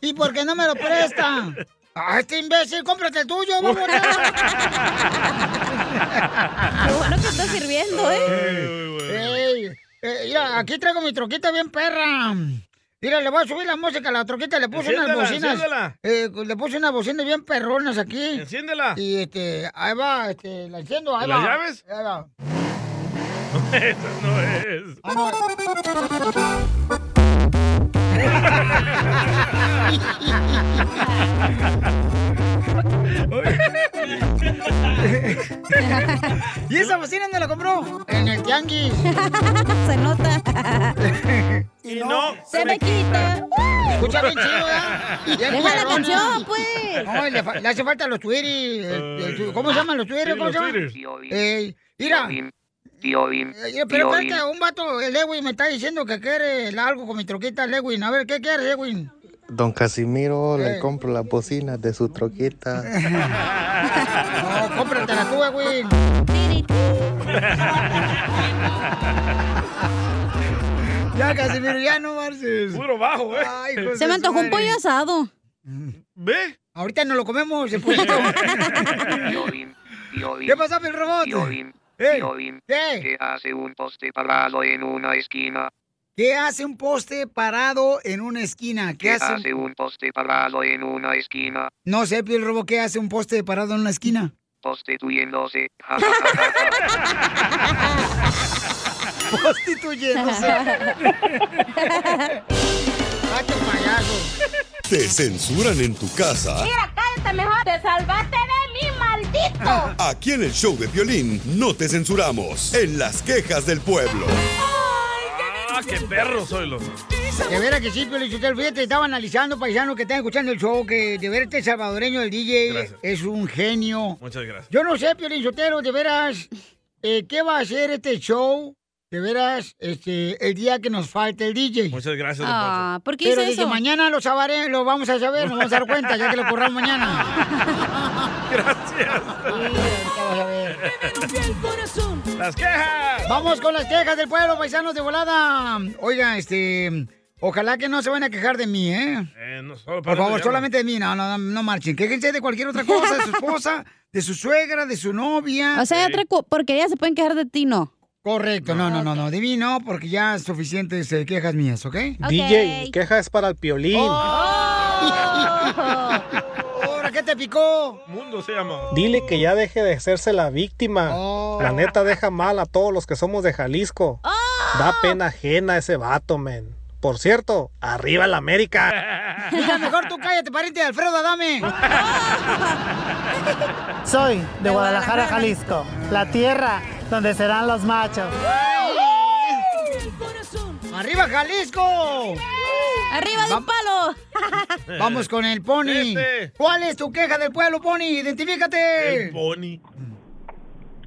¿Y por qué no me lo presta? ¡Ah, este imbécil! ¡Cómprate el tuyo! ¡Qué
bueno que está sirviendo, ¿eh?
Ey, eh, mira, aquí traigo mi troquita bien perra. Mira, le voy a subir la música a la troquita, le puse unas
Enciéndela,
bocinas.
enciéndela.
eh, le puse unas bocinas bien perronas aquí.
Enciéndela.
Y este, ahí va, este, la enciendo, ahí
¿Las
va.
llaves?
Ahí va.
Eso no es.
Ah, no. ¿Y esa bocina dónde la compró? En el tianguis.
Se nota.
Y no
se me quita.
Escucha bien chido, ¿verdad? Bien
Deja la
perrona.
canción, pues.
No, le, fa- le hace falta los twitters. ¿Cómo se llaman los twitters?
Sí,
¿Cómo
los
se llaman?
twitters.
Eh, mira.
Tío Bim,
Eh, eh, Pero espérate, un vato, el Lewin, me está diciendo que quiere algo con mi troquita, Lewin. A ver, ¿qué quieres, Lewin?
Don Casimiro,
Eh.
le compro las bocinas de su troquita.
No, cómpratela tú, Lewin. Ya, Casimiro, ya no marches. Puro bajo, eh.
Se me antojó un pollo asado.
¿Ve?
Ahorita no lo comemos, el pollito.
tío Bim,
¿Qué pasa, el robot?
tío Bim,
Eh,
tío Bim,
¿Qué?
¿Qué hace un poste parado en una esquina?
¿Qué hace un poste parado en una esquina?
¿Qué
hace
hace un poste parado en una esquina?
No sé, Pio el Robo, ¿qué hace un poste parado en una esquina?
Postituyéndose.
Postituyéndose. Vato payaso.
¿Te censuran en tu casa?
cállate mejor. Te salvaste de mí, maldito.
Aquí en el show de violín no te censuramos. En las quejas del pueblo.
Ah, qué perro soy los.
De veras que sí, Pio Lichotelo. Fíjate, estaba analizando, paisano, que están escuchando el show, que de ver este salvadoreño, el DJ,
Gracias.
es un genio.
Muchas gracias.
Yo no sé, Pio Lichotelo, de veras, eh, ¿qué va a hacer este show? De veras, este, el día que nos falte el DJ.
Muchas gracias, Don Poncho.
Ah, ¿por qué
Pero
hice
desde
eso?
mañana lo, sabare- lo vamos a saber, nos vamos a dar cuenta, ya que lo corramos mañana.
¡Las quejas!
Vamos con las quejas del pueblo, paisanos de volada. Oiga, este. Ojalá que no se van a quejar de mí, ¿eh?
Eh, no, solo
Por
para
favor,
eso llaman.
solamente de mí, no, no, no marchen. Quéjense de cualquier otra cosa, de su esposa, de su suegra, de su novia.
O sea, otra cu- porquería se pueden quejar de ti, ¿no?
Correcto, no, no, no, no, de mí no, porque ya suficientes eh, quejas mías, ¿ok?
DJ, mi queja es para el piolín.
Oh.
Oh.
¿Ahora qué te picó?
Mundo se llama.
Dile que ya deje de hacerse la víctima. La neta deja mal a todos los que somos de Jalisco.
Oh.
Da pena ajena ese vato, men. Por cierto, arriba la América.
Mira, mejor tú cállate, pariente de Alfredo Adame.
Oh,
Soy de Guadalajara, Jalisco, la tierra donde serán los machos.
¡Arriba, Jalisco!
¡Arriba de un
palo! Vamos con el Pony.
Eh, Este.
¿Cuál es tu queja del pueblo, Pony? ¡Identifícate!
El Pony.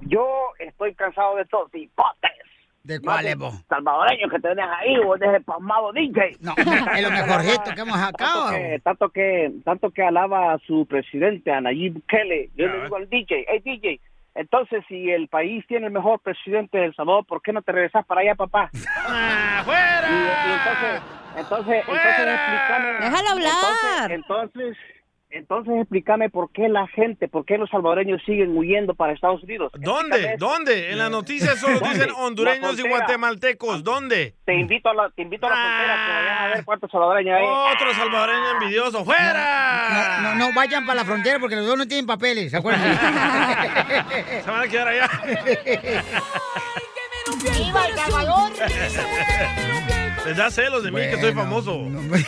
Yo estoy cansado de estos hipotes.
¿De
cuáles, vos? Salvadoreños que tenés ahí, vos de ese pasmado DJ.
No, es lo mejorcito que hemos sacado.
Tanto que, tanto que, tanto que alaba a su presidente, a Nayib Bukele. Yo
Ya
le
ves.
digo al DJ, hey DJ, entonces si el país tiene el mejor presidente del Salvador, ¿por qué no te regresas para allá, papá?
¡Fuera!
entonces, entonces, entonces explícame.
Déjalo hablar.
Entonces, entonces, entonces explícame por qué la gente, por qué los salvadoreños siguen huyendo para Estados Unidos.
¿Dónde?
Explícame.
¿Dónde? En las noticias solo
¿Dónde?
dicen hondureños
La
y
frontera.
guatemaltecos. ¿Dónde?
Te invito a la, te invito a la frontera que vayan a ver cuántos salvadoreños hay.
Otro salvadoreño envidioso. ¡Fuera!
No, no vayan para la frontera porque los dos no tienen papeles, ¿se acuerdan?
Se van a quedar allá.
¡Viva El Salvador!
Les da celos de mí que soy famoso.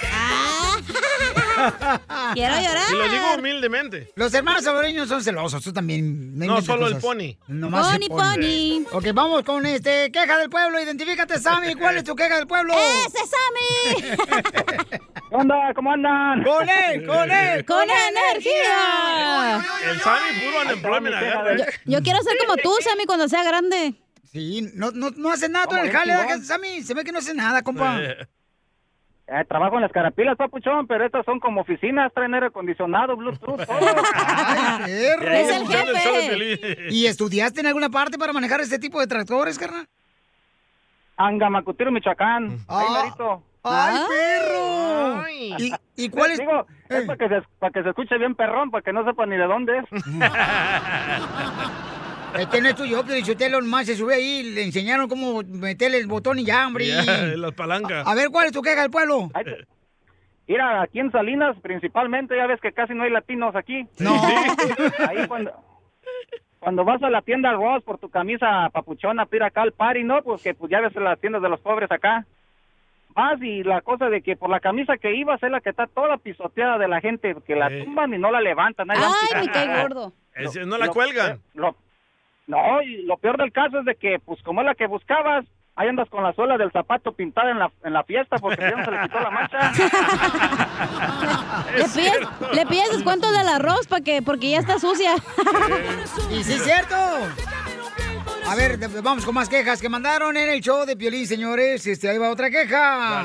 Quiero llorar.
Y lo digo humildemente.
Los hermanos salvadoreños son celosos, tú también.
No,
inventes
solo el
cosas.
Pony.
Nomás el
Pony, Pony.
Ok, vamos con este, queja del pueblo, identifícate, Sammy, ¿cuál es tu queja del pueblo?
¡Ese Sammy!
¿Cómo andan? ¿Cómo andan?
¡Con él, con él!
¡Con energía!
El Sammy puro unemployment allá.
¿eh?
Yo, yo quiero ser como tú, Sammy, cuando sea grande.
Sí, no, no, no hace nada tú en el jale, ¿verdad que, Sammy? Se ve que no hace nada, compa.
Eh, trabajo en las carapilas, papuchón, pero estas son como oficinas, traen aire acondicionado, Bluetooth, todo.
Perro.
Es el Escuchando el show de jefe. Piolín.
¿Y estudiaste en alguna parte para manejar este tipo de tractores, carnal?
Angamacutiro, Michoacán. Ahí
Ah.
marito.
¡Ay, perro!
Ay.
¿Y, y cuál es?
Digo, es para que, se, para que se escuche bien perrón, para que no sepa ni de dónde es.
Este no es tuyo, pero si usted lo más se sube ahí, le enseñaron cómo meterle el botón y ya, hombre.
Ya, las palancas.
A ver, ¿cuál es tu queja del pueblo?
Mira, aquí en Salinas, principalmente, ya ves que casi no hay latinos aquí. No. Ahí cuando, cuando vas a la tienda Ross por tu camisa papuchona, pira acá al party, ¿no? Pues que pues, ya ves las tiendas de los pobres acá. Vas y la cosa de que por la camisa que ibas es la que está toda pisoteada de la gente, que la tumban y no la levantan. nadie la quita.
Es-
Lo-
no la
lo-
eh,
cuelgan.
lo- no, y lo peor del caso es de que, pues como es la que buscabas, ahí andas con la suela del zapato pintada en la, en la fiesta porque ya no se le quitó la mancha.
Le pides, le pides descuento del arroz para que, porque ya está sucia.
Y sí, es cierto. A ver, de- vamos con más quejas que mandaron en el show de Piolín, señores. Este, ahí va otra queja.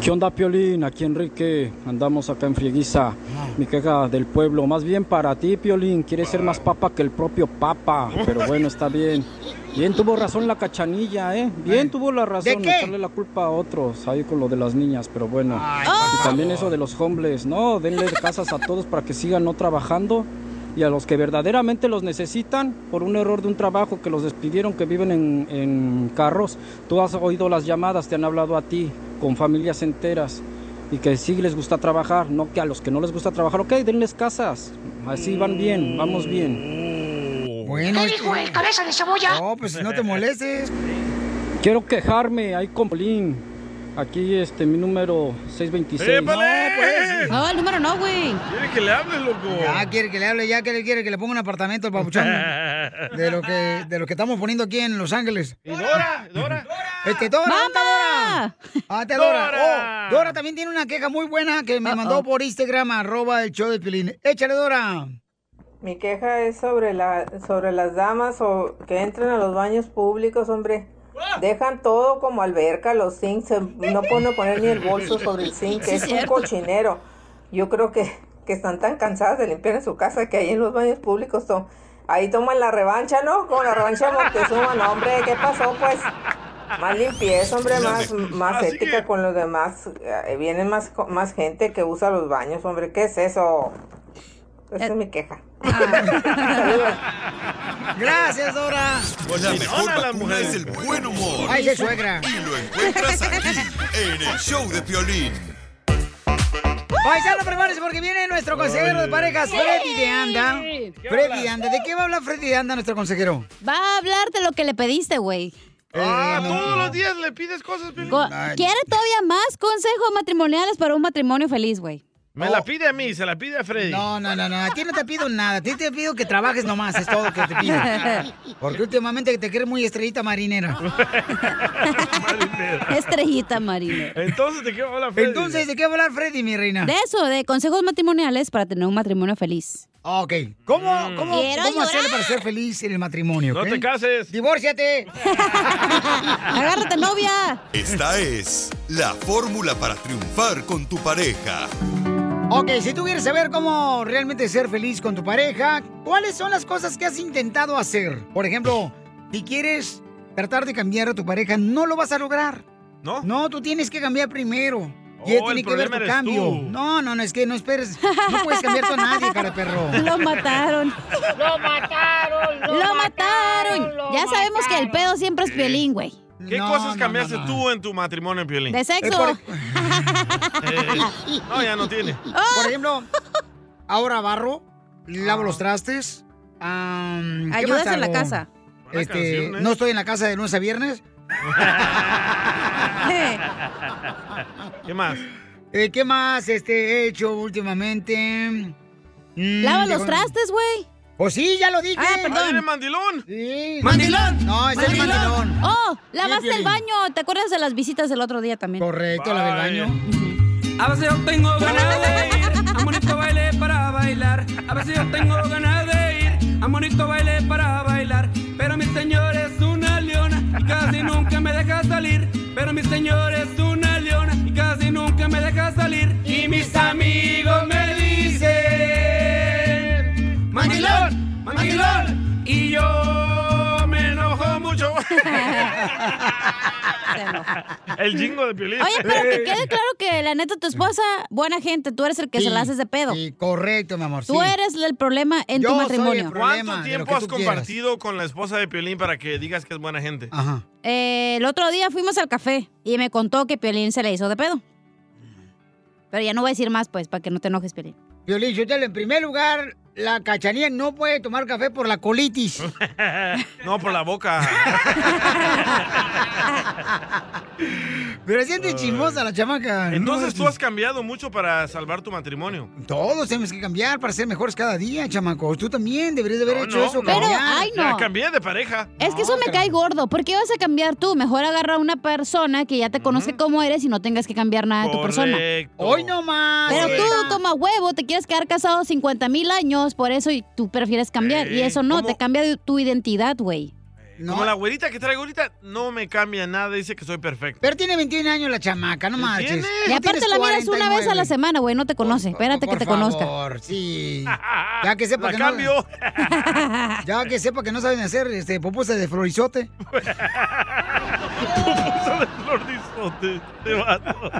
¿Qué onda, Piolín? Aquí Enrique, andamos acá en Frieguiza. Mi queja del pueblo, más bien para ti, Piolín. Quieres ser más papa que el propio papa, pero bueno, está bien. Bien tuvo razón la cachanilla, ¿eh? Bien tuvo la razón
qué?
echarle la culpa a otros, ahí con lo de las niñas, pero bueno.
por
y también eso de los hombres, ¿no? Denle casas a todos para que sigan no trabajando. Y a los que verdaderamente los necesitan por un error de un trabajo que los despidieron, que viven en, en carros, tú has oído las llamadas, te han hablado a ti, con familias enteras, y que sí les gusta trabajar, no que a los que no les gusta trabajar, ok, denles casas, así van bien, vamos bien.
Bueno, ¿Qué dijo el cabeza de cebolla? No, pues no te molestes.
Quiero quejarme, ahí con Polín, aquí este, mi número 626.
pues,
No, el número no, güey.
Quiere que le hable, loco.
Ya quiere que le hable, ya que le quiere que le ponga un apartamento al papuchón. De lo que, de lo que estamos poniendo aquí en Los Ángeles.
¿Y Dora? ¿Dora?
Este, Dora, ¿dónde está Dora? Ah, está Dora.
Dora.
Oh, Dora también tiene una queja muy buena que me mandó por Instagram, arroba el show de Piolín. Échale, Dora.
Mi queja es sobre la sobre las damas o que entran a los baños públicos, hombre.
Ah.
Dejan todo como alberca, los zincs, se- no pueden poner ni el bolso sobre el zinc,
Sí,
es un
cierto.
cochinero. Yo creo que, que están tan cansadas de limpiar en su casa que ahí en los baños públicos to- ahí toman la revancha, ¿no? Con la revancha de Moctezuma, no, hombre, ¿qué pasó? Pues más limpieza, hombre, más, más
Así
ética con los demás. Eh, Viene más, co- más gente que usa los baños, hombre, ¿qué es eso? Esa es mi queja.
Gracias, Dora.
La mejor vacuna es el buen humor.
Ay, qué suegra.
Y lo encuentras aquí, en el show de Piolín.
Paisano, prepárense porque viene nuestro consejero de parejas,
Sí.
Freddy de Anda.
¿Qué
Freddy
habla?
de Anda. ¿De qué va a hablar Freddy de Anda, nuestro consejero? Eh,
Va a hablar de lo que le pediste, güey.
Ah, todos los días le pides cosas, Piolín.
Co- Quiere todavía más consejos matrimoniales para un matrimonio feliz, güey.
Me la pide a mí, se la pide a Freddy.
No, no, no, no. A ti no te pido nada. A ti te pido que trabajes nomás. Es todo lo que te pido. Porque últimamente te crees muy estrellita marinera.
Estrellita marinera.
Entonces, ¿de qué va a hablar Freddy?
Entonces, ¿de qué va a hablar Freddy, mi reina?
De eso, de consejos matrimoniales para tener un matrimonio feliz.
Ah, Ok. ¿Cómo, cómo,
Quiero
cómo
llorar.
hacer para ser feliz en el matrimonio?
Mm. No
ok?
te cases.
¡Divórciate!
¡Agárrate, novia!
Esta es la fórmula para triunfar con tu pareja.
Ok, si tú quieres saber cómo realmente ser feliz con tu pareja, ¿cuáles son las cosas que has intentado hacer? Por ejemplo, si quieres tratar de cambiar a tu pareja, no lo vas a lograr.
¿No?
No, tú tienes que cambiar primero.
Oh,
Y él
el
tiene que ver
problema
tu
eres
cambio.
tú.
No, no, no, es que no esperes. No puedes cambiar con nadie, cara de perro.
Lo mataron.
Lo mataron,
¡Lo mataron! Ya sabemos que el pedo siempre es piolín, güey.
¿Qué cosas cambiaste tú en tu matrimonio, Piolín?
De sexo.
Eh, no, ya no tiene.
Por ejemplo, ahora barro, lavo
Ah.
los trastes. am, ¿qué
Ayudas
más
en la
hago?
casa.
Buena
Este,
canción, ¿eh?
No estoy en la casa de lunes a viernes.
¿Qué más?
Eh, ¿Qué más este, he hecho últimamente? Mm,
Lava los
déjame-
trastes, güey.
Pues sí, ya lo dije.
Ah, perdón. Ah, eres
mandilón.
Sí.
¡Mandilón!
No, ese es mandilón.
Oh,
Sí,
lavaste el
Piolín.
baño. ¿Te acuerdas de las visitas del otro día también?
Correcto, la del baño.
A veces yo tengo ganas de ir a un bonito baile para bailar. A veces yo tengo ganas de ir a un bonito baile para bailar. Pero mi señor es una leona y casi nunca me deja salir. Pero mi señor es una leona y casi nunca me deja salir. Y mis amigos me dicen: Mandilón, mandilón. Y yo me enojo mucho.
El jingo de Piolín.
Oye, pero que quede claro que la neta tu esposa, buena gente, tú eres el que se la haces de pedo.
correcto, mi amor.
Tú eres el problema en tu matrimonio.
¿Cuánto tiempo has compartido con la esposa de Piolín para que digas que es buena gente?
Ajá.
Eh, el otro día fuimos al café y me contó que Piolín se le hizo de pedo. Pero ya no voy a decir más, pues, para que no te enojes, Piolín.
Violín, en primer lugar, la cachanilla no puede tomar café por la colitis.
No, por la boca.
Pero siente chismosa la chamaca. No,
Entonces
es-
tú has cambiado mucho para salvar tu matrimonio.
Todos tenemos que cambiar para ser mejores cada día, chamacos. Tú también deberías de haber hecho eso. cambiar.
Ya cambié de pareja.
Es que eso me cae gordo. ¿Por qué vas a cambiar tú? Mejor agarra a una persona que ya te conozca cómo eres y no tengas que cambiar nada de tu persona.
Correcto.
Hoy no más.
Pero
eh.
tú, como a huevo, te quieres quedar casado 50 mil años, por eso y tú prefieres cambiar. y eso no, te cambia de- tu identidad, güey.
Como la güerita que traigo ahorita, no me cambia nada, dice que soy perfecto.
Pero tiene 21 años la chamaca, no marches.
tienes?
Y aparte la miras una vez a la semana, güey, no te conoce. Espérate que te conozca.
Por sí. Ya que sepa
La
que
cambio.
no. Ya que sepa que no saben hacer este pupusa de florizote.
pupusa de florizote. Te mato.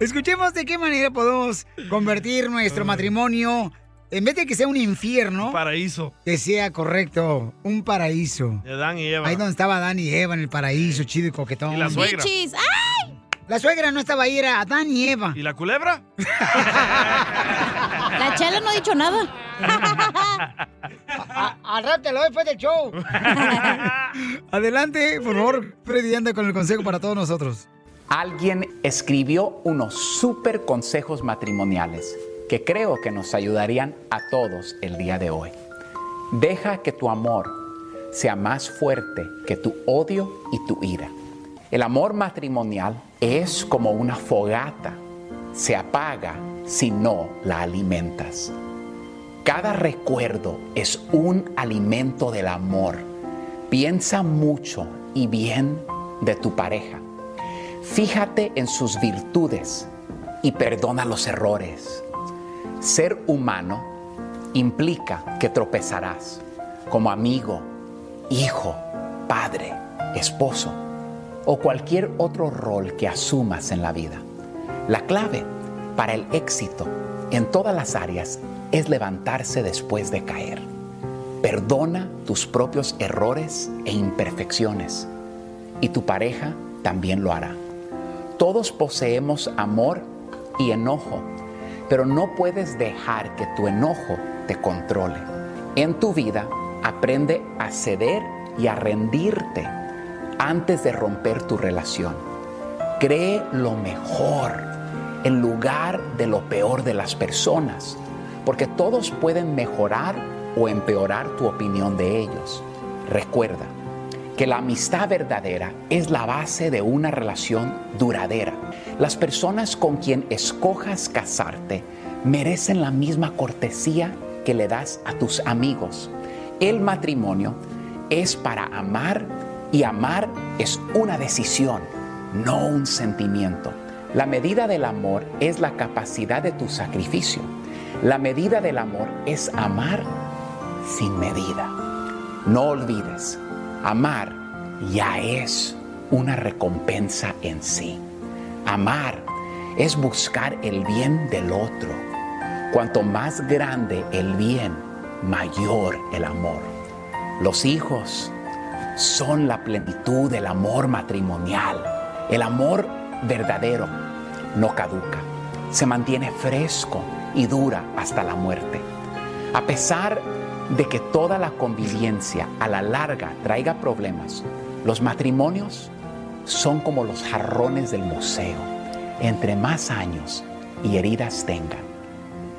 Escuchemos de qué manera podemos convertir nuestro matrimonio en vez de que sea un infierno,
paraíso.
Que sea correcto, un paraíso.
De Dan y Eva.
Ahí donde estaba Dan y Eva en el paraíso, chido y coquetón.
Y la suegra. Bichis,
¡Ay!
La suegra no estaba ahí, era Adán y Eva.
¿Y la culebra? Ah,
La chela no ha dicho nada.
Al rato te lo doy después del show. Adelante, por favor, Freddy anda con el consejo para todos nosotros.
Alguien escribió unos super consejos matrimoniales que creo que nos ayudarían a todos el día de hoy. Deja que tu amor sea más fuerte que tu odio y tu ira. El amor matrimonial es como una fogata. Se apaga si no la alimentas. Cada recuerdo es un alimento del amor. Piensa mucho y bien de tu pareja. Fíjate en sus virtudes y perdona los errores. Ser humano implica que tropezarás como amigo, hijo, padre, esposo o cualquier otro rol que asumas en la vida. La clave para el éxito en todas las áreas es levantarse después de caer. Perdona tus propios errores e imperfecciones y tu pareja también lo hará. Todos poseemos amor y enojo, pero no puedes dejar que tu enojo te controle. En tu vida aprende a ceder y a rendirte antes de romper tu relación. Cree lo mejor en lugar de lo peor de las personas, porque todos pueden mejorar o empeorar tu opinión de ellos. Recuerda que la amistad verdadera es la base de una relación duradera. Las personas con quien escojas casarte merecen la misma cortesía que le das a tus amigos. El matrimonio es para amar y amar es una decisión, no un sentimiento. La medida del amor es la capacidad de tu sacrificio. La medida del amor es amar sin medida. No olvides, amar ya es una recompensa en sí. Amar es buscar el bien del otro. Cuanto más grande el bien, mayor el amor. Los hijos son la plenitud del amor matrimonial. El amor verdadero no caduca, se mantiene fresco y dura hasta la muerte. A pesar de que toda la convivencia a la larga traiga problemas, los matrimonios son como los jarrones del museo. Entre más años y heridas tengan,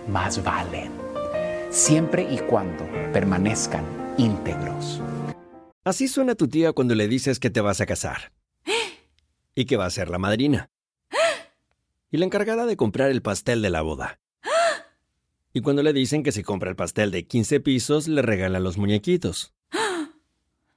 más valen, siempre y cuando permanezcan íntegros.
Así suena tu tía cuando le dices que te vas a casar. Y que va a ser la madrina. Y la encargada de comprar el pastel de la boda. Y cuando le dicen que si compra el pastel de 15 pisos, le regalan los muñequitos.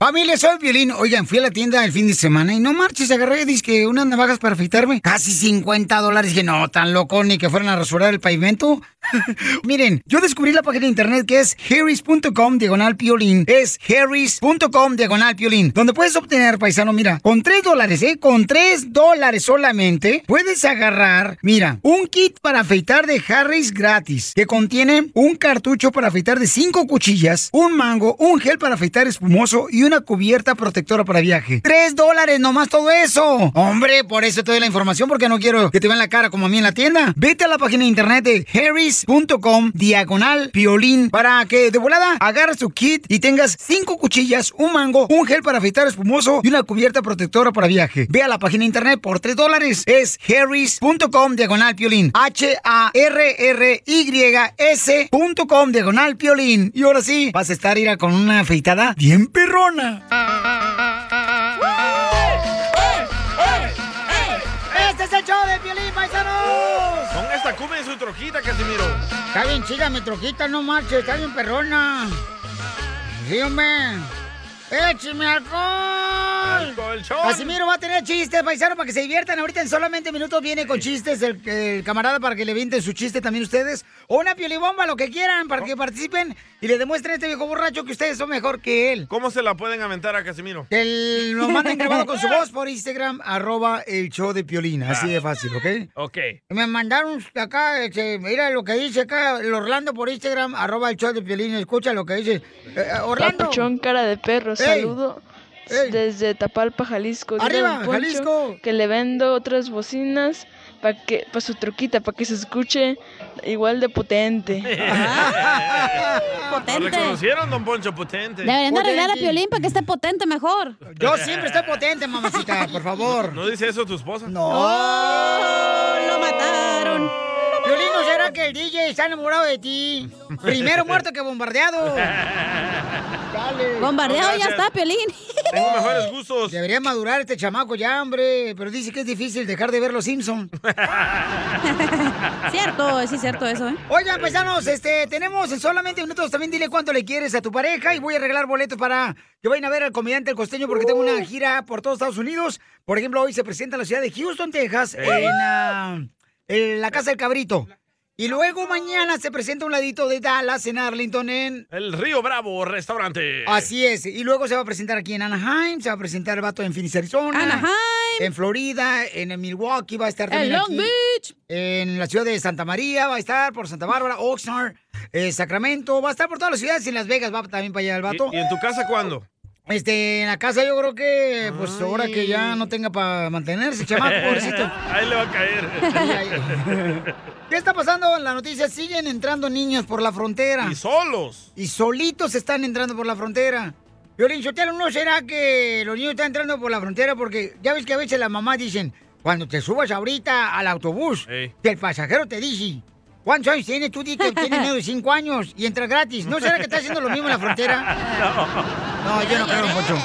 Familia, soy Violín. Oigan, fui a la tienda el fin de semana y no marches, agarré, dizque unas navajas para afeitarme. Casi 50 dólares. Dije, no, tan loco, ni que fueran a rasurar el pavimento. Miren, yo descubrí la página de internet que es harris.com diagonal piolín. Es harris.com diagonal piolín. Donde puedes obtener, paisano, mira, con 3 dólares, ¿eh? Con 3 dólares solamente puedes agarrar, mira, un kit para afeitar de Harris gratis. Que contiene un cartucho para afeitar de 5 cuchillas, un mango, un gel para afeitar espumoso y una cubierta protectora para viaje. ¡Tres dólares nomás todo eso! Hombre, por eso te doy la información porque no quiero que te vean la cara como a mí en la tienda. Vete a la página de internet de harris.com diagonal piolín para que de volada agarres tu kit y tengas cinco cuchillas, un mango, un gel para afeitar espumoso y una cubierta protectora para viaje. Ve a la página de internet por tres dólares. Es harris.com diagonal piolín. H-A-R-R-Y-S.com diagonal piolín. Y ahora sí, vas a estar ira con una afeitada bien perro.
¡Eh! ¡Este
es el show de Piolín, paisanos!
Con esta cumbia en su troquita, Casimiro.
Está bien chida mi troquita, no marches, está bien perrona. Sí, hombre. ¡Écheme alcohol!
¡Alcohol show!
Casimiro va a tener chistes, paisano, para que se diviertan. Ahorita en solamente minutos viene con chistes el, el camarada para que le vienten su chiste también ustedes. O una piolibomba, lo que quieran, para que participen y le demuestren a este viejo borracho que ustedes son mejor que él.
¿Cómo se la pueden aventar a Casimiro?
Que el- lo manden grabado con su voz por Instagram, arroba el show de Piolín. Así de fácil, ¿ok?
Ok.
Me mandaron acá, este, mira lo que dice acá el Orlando por Instagram, arroba el show de Piolín. Escucha lo que dice. Eh, eh, Orlando.
Papuchón,
cara de perro,
saludo.
desde Tapalpa, Jalisco. Dile a
¡Arriba,
don Poncho
Jalisco!
Que le vendo otras bocinas para que para su troquita, para que se escuche igual de potente.
¿Lo reconocieron, don Poncho Potente?
Deberían de arreglar a Piolín para que esté potente mejor.
Yo siempre estoy
potente, mamacita, por favor.
¿No dice eso tu esposa?
No. Oh, ¡Lo mataron! Piolín, ¿no será que el DJ está enamorado de ti? Primero muerto que bombardeado. Dale.
Bombardeado ya está, Piolín.
Tengo mejores gustos.
Debería madurar este chamaco ya, hombre. Pero dice que es difícil dejar de ver los Simpsons.
cierto, sí, cierto eso, ¿eh?
Oigan, paisanos, este, tenemos en solamente minutos. También dile cuánto le quieres a tu pareja y voy a arreglar boletos para que vayan a ver al comediante El Costeño porque tengo
Uh.
una gira por todos Estados Unidos. Por ejemplo, hoy se presenta en la ciudad de Houston, Texas, en, ah, en la Casa del Cabrito. Y luego mañana se presenta a un ladito de Dallas en Arlington en
El Río Bravo Restaurante.
Así es. Y luego se va a presentar aquí en Anaheim, se va a presentar el vato en Phoenix, Arizona.
Anaheim.
En Florida, en el Milwaukee, va a estar
En
también
Long
aquí,
Beach.
En la ciudad de Santa María, va a estar por Santa Bárbara, Oxnard, eh, Sacramento, va a estar por todas las ciudades. Y en Las Vegas va también para allá el vato.
¿Y, y en tu casa cuándo?
Este, en la casa yo creo que, pues ahora que ya no tenga para mantenerse, chamaco, pobrecito.
Ahí le va a caer.
¿Qué está pasando en la noticia? Siguen entrando niños por la frontera. Y
solos.
Y solitos están entrando por la frontera. Violín Sotelo, ¿no será que los niños están entrando por la frontera? Porque ya ves que a veces las mamás dicen, cuando te subas ahorita al autobús, que el pasajero te dice, ¿cuántos años tienes? Tú dices que tienes menos de cinco años y entras gratis. ¿No será que está haciendo lo mismo en la frontera? No, yo no creo, Don Poncho.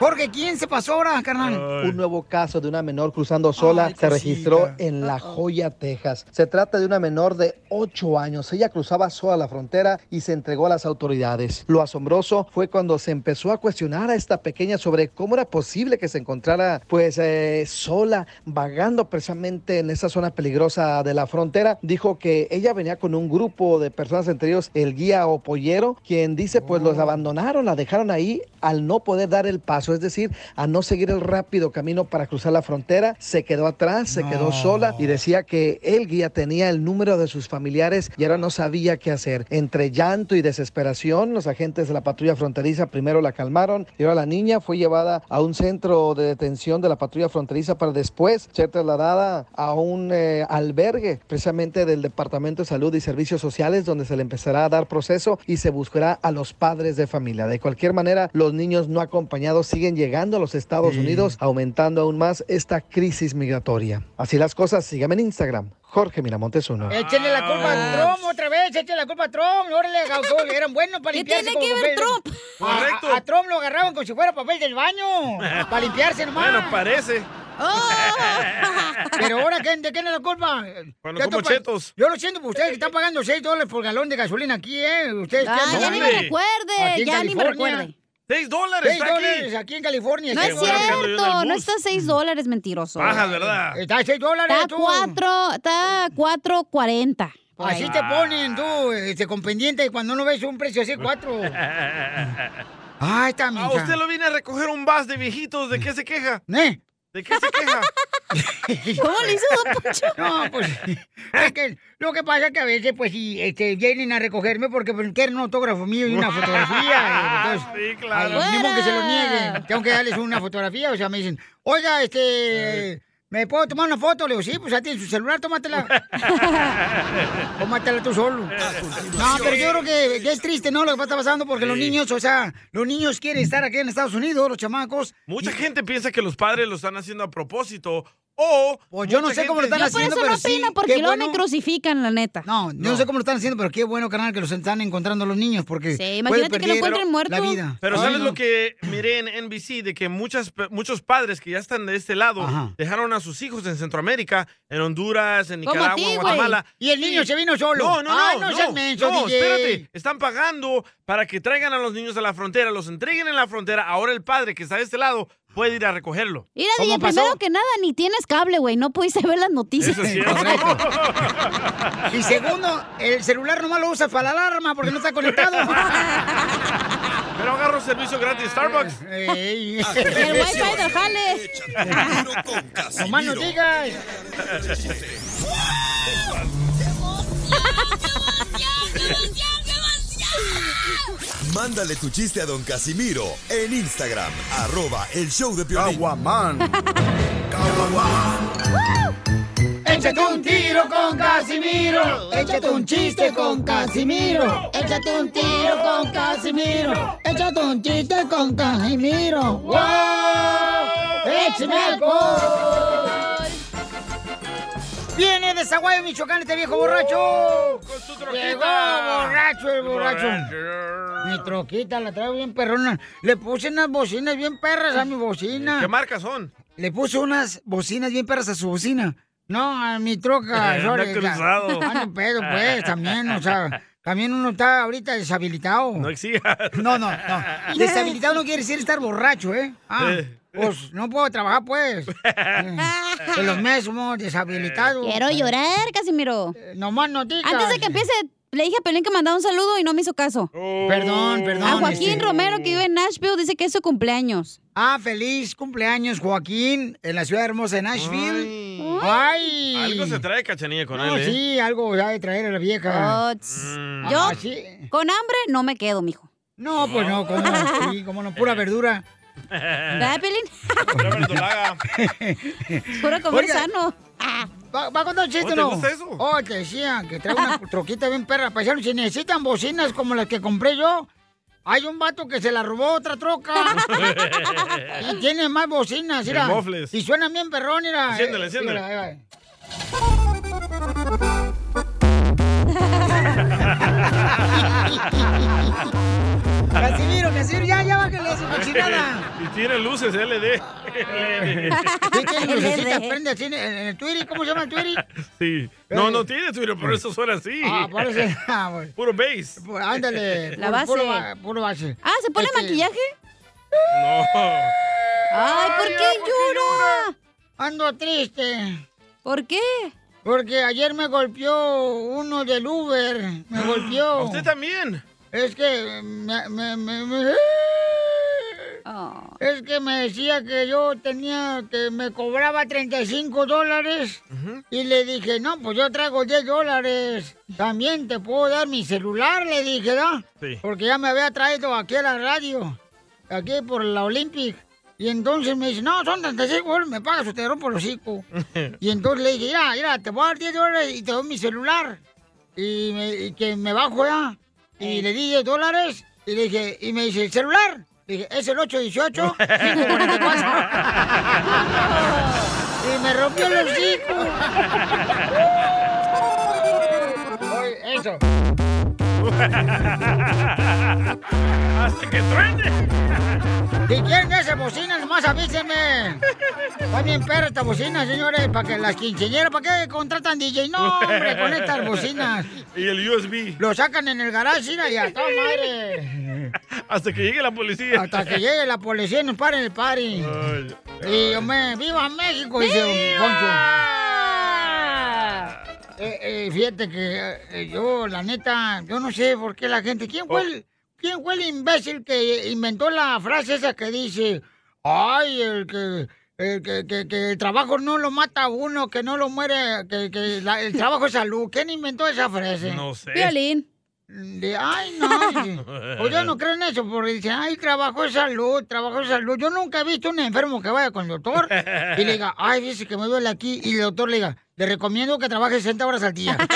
Jorge, ¿quién se pasó ahora, carnal?
Un nuevo caso de una menor cruzando sola se registró en La Joya, Texas. Se trata de una menor de 8 años. Ella cruzaba sola la frontera y se entregó a las autoridades. Lo asombroso fue cuando se empezó a cuestionar a esta pequeña sobre cómo era posible que se encontrara pues eh, sola, vagando precisamente en esa zona peligrosa de la frontera. Dijo que ella venía con un grupo de personas, entre ellos el guía o pollero, quien dice pues los abandonaron, la dejaron ahí al no poder dar el paso, es decir, a no seguir el rápido camino para cruzar la frontera, se quedó atrás, se quedó sola y decía que el guía tenía el número de sus familiares y ahora no sabía qué hacer. Entre llanto y desesperación, los agentes de la patrulla fronteriza primero la calmaron y ahora la niña fue llevada a un centro de detención de la patrulla fronteriza para después ser trasladada a un eh, albergue precisamente del Departamento de Salud y Servicios Sociales donde se le empezará a dar proceso y se buscará a los padres de familia. De cualquier manera, los niños no acompañados siguen llegando a los Estados Unidos, aumentando aún más esta crisis migratoria. Así las cosas, síganme en Instagram, Jorge Miramontes uno.
Échenle la culpa a Trump otra vez, échenle la culpa a Trump. Órale, gaucho, eran buenos para
¿Qué
limpiarse.
tiene
con
que ver
papel
Trump?
de- A- A, Trump lo agarraban como si fuera papel del baño. Para limpiarse nomás.
Bueno, parece.
Oh.
Pero ahora, ¿quién- ¿de quién es la culpa?
Cuando
Ya
como
topa-
chetos.
Yo lo siento por ustedes que están pagando 6 dólares por galón de gasolina aquí, ¿eh? Ustedes
Ah,
¿qué hacen?
ya ni me ¿Dónde? recuerde,
Aquí en
ya ni me
California.
recuerde.
¡Seis dólares
Seis
está aquí!
dólares aquí en California.
No
sí.
es cierto, no está a 6 dólares, mentiroso.
Baja, ¿verdad?
Está a 6 dólares,
Está
tú.
cuatro, está a 4.40. por
Así
ahí.
te ponen tú, este, con pendiente, cuando no ves un precio así, cuatro. Ay, está,
Ah,
mija.
usted lo viene a recoger un bus de viejitos. ¿De qué se queja?
¿Eh?
¿De qué se queja?
¿Cómo le hizo Don Poncho?
No, pues, es que lo que pasa es que a veces, pues, sí, este, vienen a recogerme porque pues, quieren un autógrafo mío y una fotografía. y, entonces,
sí,
a
claro.
los mismos que se lo nieguen, tengo que darles una fotografía. O sea, me dicen, oiga, este, ¿me puedo tomar una foto? Le digo, sí, pues, a ti en su celular, tómatela. Tómatela tú solo.
Ah, pues,
No, pero yo creo que, que es triste, ¿no? Lo que está pasando porque los niños, o sea, los niños quieren estar aquí en Estados Unidos, los chamacos.
Mucha gente piensa que los padres lo están haciendo a propósito o...
Pues yo no
mucha
sé cómo lo
gente-
están haciendo,
eso
pero
no opino,
sí,
porque
qué
luego me
bueno.
crucifican, la neta.
No, Yo no sé cómo lo están haciendo, pero qué bueno, canal, que los están encontrando los niños, porque.
Sí,
puede
imagínate que lo
perder
encuentren muerto.
La vida.
Pero
Ay,
¿sabes
no.
lo que miré en NBC? De que muchas, muchos padres que ya están de este lado dejaron a sus hijos en Centroamérica, en Honduras, en
Como
Nicaragua,
a ti,
en
güey.
Guatemala.
Y el niño se vino solo.
No, no,
Ay,
no.
no
No,
seas menso,
no,
DJ.
espérate. Están pagando para que traigan a los niños a la frontera, los entreguen en la frontera. Ahora el padre que está de este lado puede ir a recogerlo.
Mira,
¿Cómo
DJ,
pasó?
primero que nada, ni tienes cable, güey. No pudiste ver las noticias.
Eso es cierto.
Y segundo, el celular nomás lo usas para la alarma porque no está conectado.
Pero agarro servicio gratis Starbucks.
eh, Ey.
El wifi del jale.
Nomás no digas.
digas.
Mándale tu chiste a don Casimiro en Instagram, arroba el show de Piolín.
Échate un tiro con Casimiro. Échate un chiste con Casimiro. Échate un tiro con Casimiro. Échate un chiste con Casimiro. ¡Wow! ¡Échame alcohol! Viene de Zaguayo, Michoacán, este viejo borracho. Llegó borracho el borracho. Mi troquita la traigo bien perrona. Le puse unas bocinas bien perras a mi bocina.
¿Qué marcas son?
Le puse unas bocinas bien perras a su bocina. No, a mi troca.
Eh,
sorry,
anda
la-
cruzado.
Ah, no, pedo, pues, también, o sea, también uno está ahorita deshabilitado. No
exijas.
No, no, no. Deshabilitado no quiere decir estar borracho, ¿eh? Ah,
Eh.
pues no puedo trabajar, pues. Eh, De los mismos, deshabilitados.
Quiero llorar, Casimiro.
Eh, Nomás notitas.
Antes de que empiece, le dije a Pelín que mandaba un saludo y no me hizo caso.
Oh. Perdón, perdón,
A Joaquín
este-
Romero, que vive en Nashville, dice que es su cumpleaños.
Ah, feliz cumpleaños, Joaquín, en la ciudad hermosa de Nashville. Ay.
Algo se trae cachanilla con
No,
él, ¿eh?
sí, algo ya de traer a la vieja. Mm. Ah,
Oh, Yo, con hambre, no me quedo, mijo.
No, pues no, como no, sí, cómo no, pura verdura.
¿Verdad, Pelín? Pura comer
Oiga, ah,
sano.
¿Va, va a contar un chiste
¿Oh,
o
te
no?
gusta eso?
Oh, te decía que trae una troquita bien perra. Paisano, si necesitan bocinas como las que compré yo, hay un vato que se la robó a otra troca. y tiene más bocinas, mira.
El mofles.
Y suenan bien perrón, mira.
Enciéndele,
Eh,
enciéndele.
mira, ahí va. Casimiro, Casimiro, ya, ya bájale esa cochinada.
y tiene luces LD.
Sí, tiene lucecitas, prende así en en el Twitter, ¿cómo se llama el Twitter?
Sí. No, no tiene Twitter, por eso suena así.
Ah, por eso- ah, bueno.
Puro bass.
Pues, Ándale.
La
puro-
base.
Puro, ba- puro base.
Ah, ¿se pone
Este-
maquillaje?
No.
Ay, ¿por
Ay,
qué
¿por qué
llora?
Ando triste.
¿Por qué?
Porque ayer me golpeó uno del Uber. Me golpeó.
¿A usted también?
Es que me... me- me- me- ¡Ah!
Ah.
Es que me decía que yo tenía, que me cobraba 35 dólares y le dije, no, pues yo traigo 10 dólares. También te puedo dar mi celular, le dije, ¿no?
Sí.
Porque ya me había traído aquí a la radio, aquí por la Olympic. Y entonces me dice, no, son 35 dólares, me pagas, te rompo los hocico. Y entonces le dije, mira, mira, te voy a dar 10 dólares y te doy mi celular. Y, me- y que me bajo ya. Y le di 10 dólares y le dije, y me dice, ¿el celular? Le dije, es el 818 544. y me rompió el hocico. Oye, eso.
Hasta que truene.
Si quieren de esas bocinas, nomás avísenme. Está bien perra esta bocina, señores, para que las quinceñeras, ¿para qué contratan DJ? No, hombre, con estas bocinas.
Y el USB.
Lo sacan en el garage, mira, y a toda madre.
Hasta que llegue la policía.
Hasta que llegue la policía y nos paren el party. Y hombre, ¡viva México! Dice
¡Viva!
Don Poncho. Eh, eh, fíjate que eh, yo, la neta, yo no sé por qué la gente. ¿Quién
Oh.
fue, el, ¿Quién fue el imbécil que inventó la frase esa que dice: Ay, el que. el que, que- que el trabajo no lo mata a uno, que no lo muere, que, que la- el trabajo es salud. ¿Quién inventó esa frase?
No sé.
Violín.
De- ay, no. dice. O Pues yo no creo en eso, porque dicen, ay, trabajo es salud, trabajo es salud. Yo nunca he visto un enfermo que vaya con el doctor y le diga, ay, dice que me duele aquí, y el doctor le diga, le recomiendo que trabaje 60 horas al día. Ah,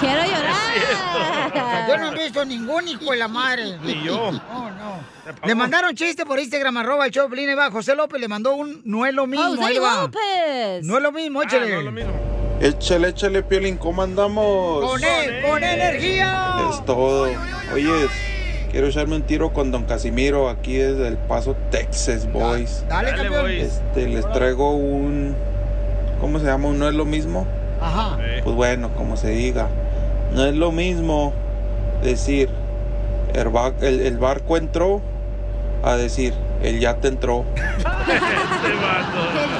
Quiero
llorar. yo no he visto ningún hijo de la madre.
Ni yo.
No, no. Le mandaron chiste por Instagram, arroba el Choplin, y va. José López le mandó un, no es lo mismo.
José
ahí va.
López.
Ah, No es lo mismo, échale.
Échale, échale, Piolín, ¿cómo andamos?
Con él, con E energía.
Es todo. Oye, quiero echarme un tiro con Don Casimiro aquí desde El Paso, Texas, boys.
dale, Dale, campeón. boys.
Este, les traigo un... ¿Cómo se llama? ¿No es lo mismo?
Ajá.
Pues bueno, como se diga. No es lo mismo decir el, ba- el- el barco entró a decir el yate entró.
Que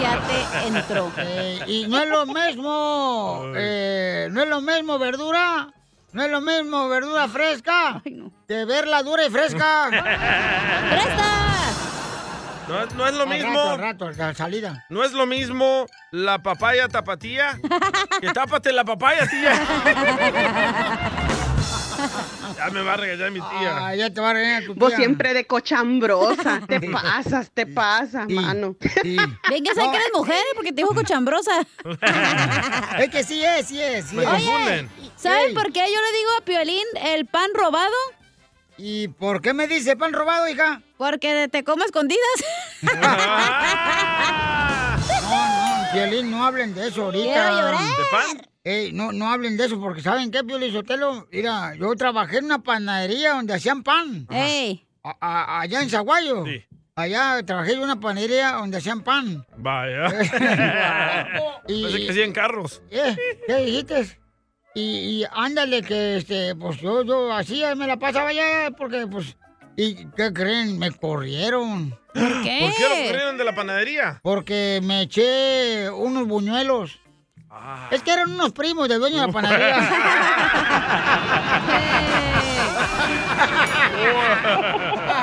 ya te entró.
Eh, y no es lo mismo, eh, no es lo mismo verdura, no es lo mismo verdura fresca que verla dura y fresca.
No, no es lo
Al
mismo.
rato, al rato, a la salida.
No es lo mismo la papaya tapatía que tápate la papaya, tía. Ya me va a regañar mi tía.
ya te va a regañar tu
Vos siempre de cochambrosa. Te pasas, te pasas, mano.
Venga, ¿sabes que eres mujer?
eh.
Porque te dijo cochambrosa.
es que sí es, sí es,
Oye, ¿Saben por qué yo le digo a Piolín el pan robado?
¿Y por qué me dice pan robado, hija?
Porque te como a escondidas.
Piolín, no hablen de eso ahorita.
Quiero llorar.
Ey, no, no hablen de eso, porque ¿saben qué, Piolín Sotelo? Mira, yo trabajé en una panadería donde hacían pan.
Ey.
allá en Zaguayo. Allá trabajé en una panadería donde hacían pan.
Vaya.
Y-
Parece que hacían carros.
¿Eh? ¿Qué dijiste? Y, y ándale, que este, pues yo, yo así me la pasaba ya, porque pues. ¿Y qué creen? Me corrieron. ¿Por
qué? ¿Por qué lo corrieron de la panadería?
Porque me eché unos buñuelos.
Ah.
Es que eran unos primos del dueño de la panadería.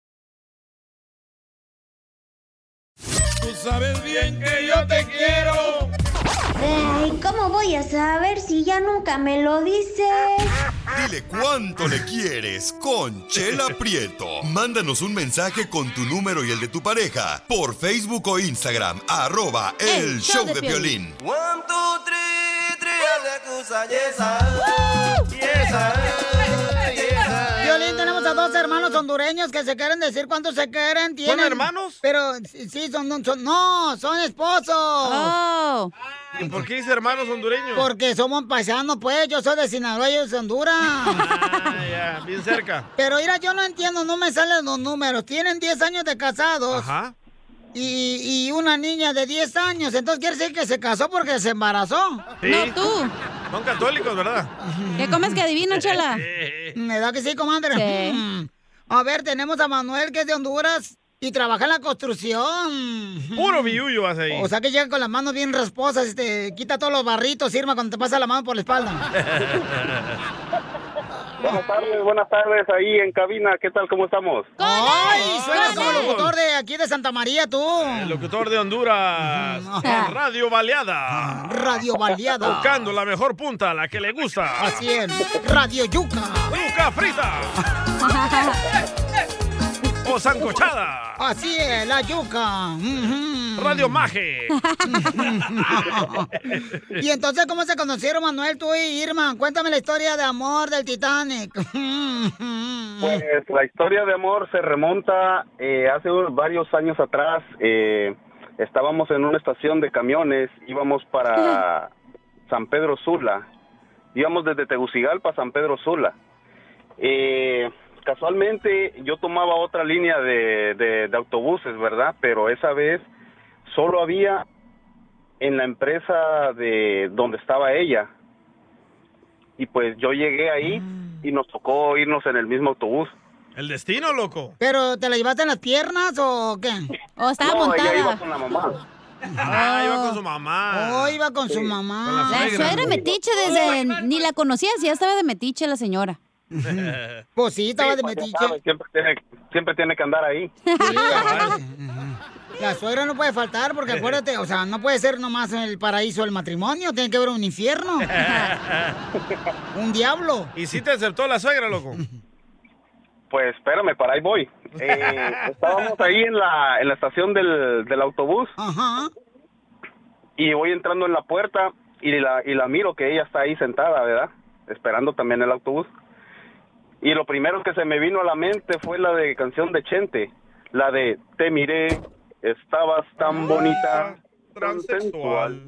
Tú sabes bien que yo te quiero.
Ay, ¿cómo voy a saber si ya nunca me lo dices?
Dile cuánto le quieres con Chela Prieto. Mándanos un mensaje con tu número y el de tu pareja por Facebook o Instagram, arroba el, show de violín.
One, two, three, three, Alecusa, yes, ah. Yes, ah, yes, ah.
Violín, tenemos a dos hermanos hondureños que se quieren decir cuántos se quieren. Tienen,
hermanos?
Pero sí, sí, son, son- No, son esposos. Oh.
¿Y por qué dice hermanos hondureños?
Porque somos paisanos, pues. Yo soy de Sinaloa y ellos de Honduras.
Ah, ya, bien cerca.
Pero mira, yo no entiendo, no me salen los números. Tienen 10 años de casados.
Ajá.
Y, y una niña de 10 años. Entonces quiere decir que se casó porque se embarazó.
Sí. No, tú. Son católicos, ¿verdad?
¿Qué comes que adivino, Chela?
Sí.
¿Verdad que sí, comadre?
Sí.
Mm. A ver, tenemos a Manuel, que es de Honduras y trabaja en la construcción. Mm.
Puro viullo vas ahí.
O sea que llega con las manos bien rasposas, este, quita todos los barritos, Irma, cuando te pasa la mano por la espalda.
Buenas tardes, buenas tardes ahí en cabina. ¿Qué tal? ¿Cómo estamos?
¡Ay! Suena como locutor de aquí de Santa María, tú.
El locutor de Honduras. en Radio Baleada.
Radio Baleada.
Buscando la mejor punta, la que le gusta.
Así es. Radio Yuca.
Yuca frita. O sancochada.
Así es, la yuca. Mm-hmm. Ujú.
Radio Maje.
Y entonces, ¿cómo se conocieron Manuel, tú y Irma? Cuéntame la historia de amor del Titanic.
Pues la historia de amor se remonta eh, hace un- varios años atrás. eh, estábamos en una estación de camiones, íbamos para San Pedro Sula. Íbamos desde Tegucigalpa a San Pedro Sula. Eh, casualmente yo tomaba otra línea de, de- de autobuses, ¿verdad? Pero esa vez solo había en la empresa de donde estaba ella. Y pues yo llegué ahí
Ah.
y nos tocó irnos en el mismo autobús.
El destino, loco.
¿Pero te la llevaste en las piernas o qué? ¿O estaba
No, ella iba con la mamá.
Ah, iba con su mamá.
Oh, iba con su mamá.
La suegra metiche desde... Ni la conocías, ya estaba de metiche la señora.
Pues sí, estaba de
pues, ya
metiche.
sabes, Siempre tiene, siempre tiene que andar ahí.
La suegra no puede faltar porque acuérdate, o sea, no puede ser nomás el paraíso del matrimonio, tiene que haber un infierno, un diablo.
¿Y si te aceptó la suegra, loco?
Pues espérame, para ahí voy. Eh, estábamos ahí en la, en la estación del, del autobús
Ajá.
y voy entrando en la puerta y la, y la miro que ella está ahí sentada, ¿verdad? Esperando también el autobús. Y lo primero que se me vino a la mente fue la de canción de Chente, la de Te miré, estabas tan bonita, tan sensual.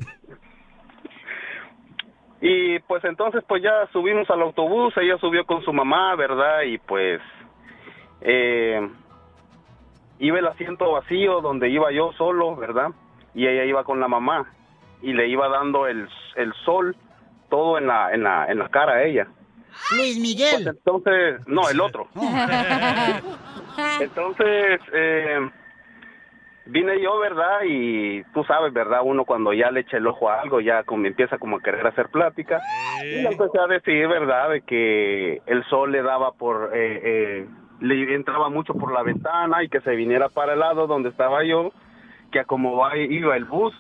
Y pues entonces pues ya subimos al autobús, ella subió con su mamá, ¿verdad? Y pues eh, iba el asiento vacío donde iba yo solo, ¿verdad? Y ella iba con la mamá y le iba dando el, el sol todo en la, en, la, en la cara a ella. Pues,
Luis Miguel.
Entonces, no, el otro. Entonces, eh, vine yo, ¿verdad? Y tú sabes, ¿verdad? Uno cuando ya le echa el ojo a algo, ya como empieza como a querer hacer plática. Y le empecé a decir, ¿verdad? De que el sol le daba por... eh, eh, le entraba mucho por la ventana y que se viniera para el lado donde estaba yo, que a como va- iba el bus,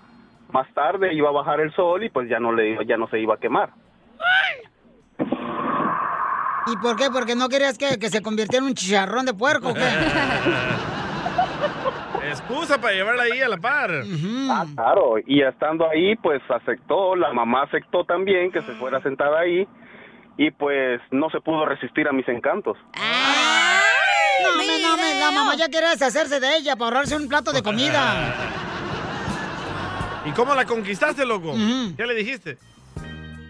más tarde iba a bajar el sol y pues ya no, le, ya no se iba a quemar.
¿Y por qué? ¿Porque no querías que, que se convirtiera en un chicharrón de puerco o qué?
Excusa para llevarla ahí a la par.
Ah, claro, y estando ahí, pues aceptó, la mamá aceptó también que se fuera sentada ahí y pues no se pudo resistir a mis encantos.
No, me, no, me, la mamá ya quiere deshacerse de ella para ahorrarse un plato de comida.
¿Y cómo la conquistaste, loco? ¿Qué le dijiste?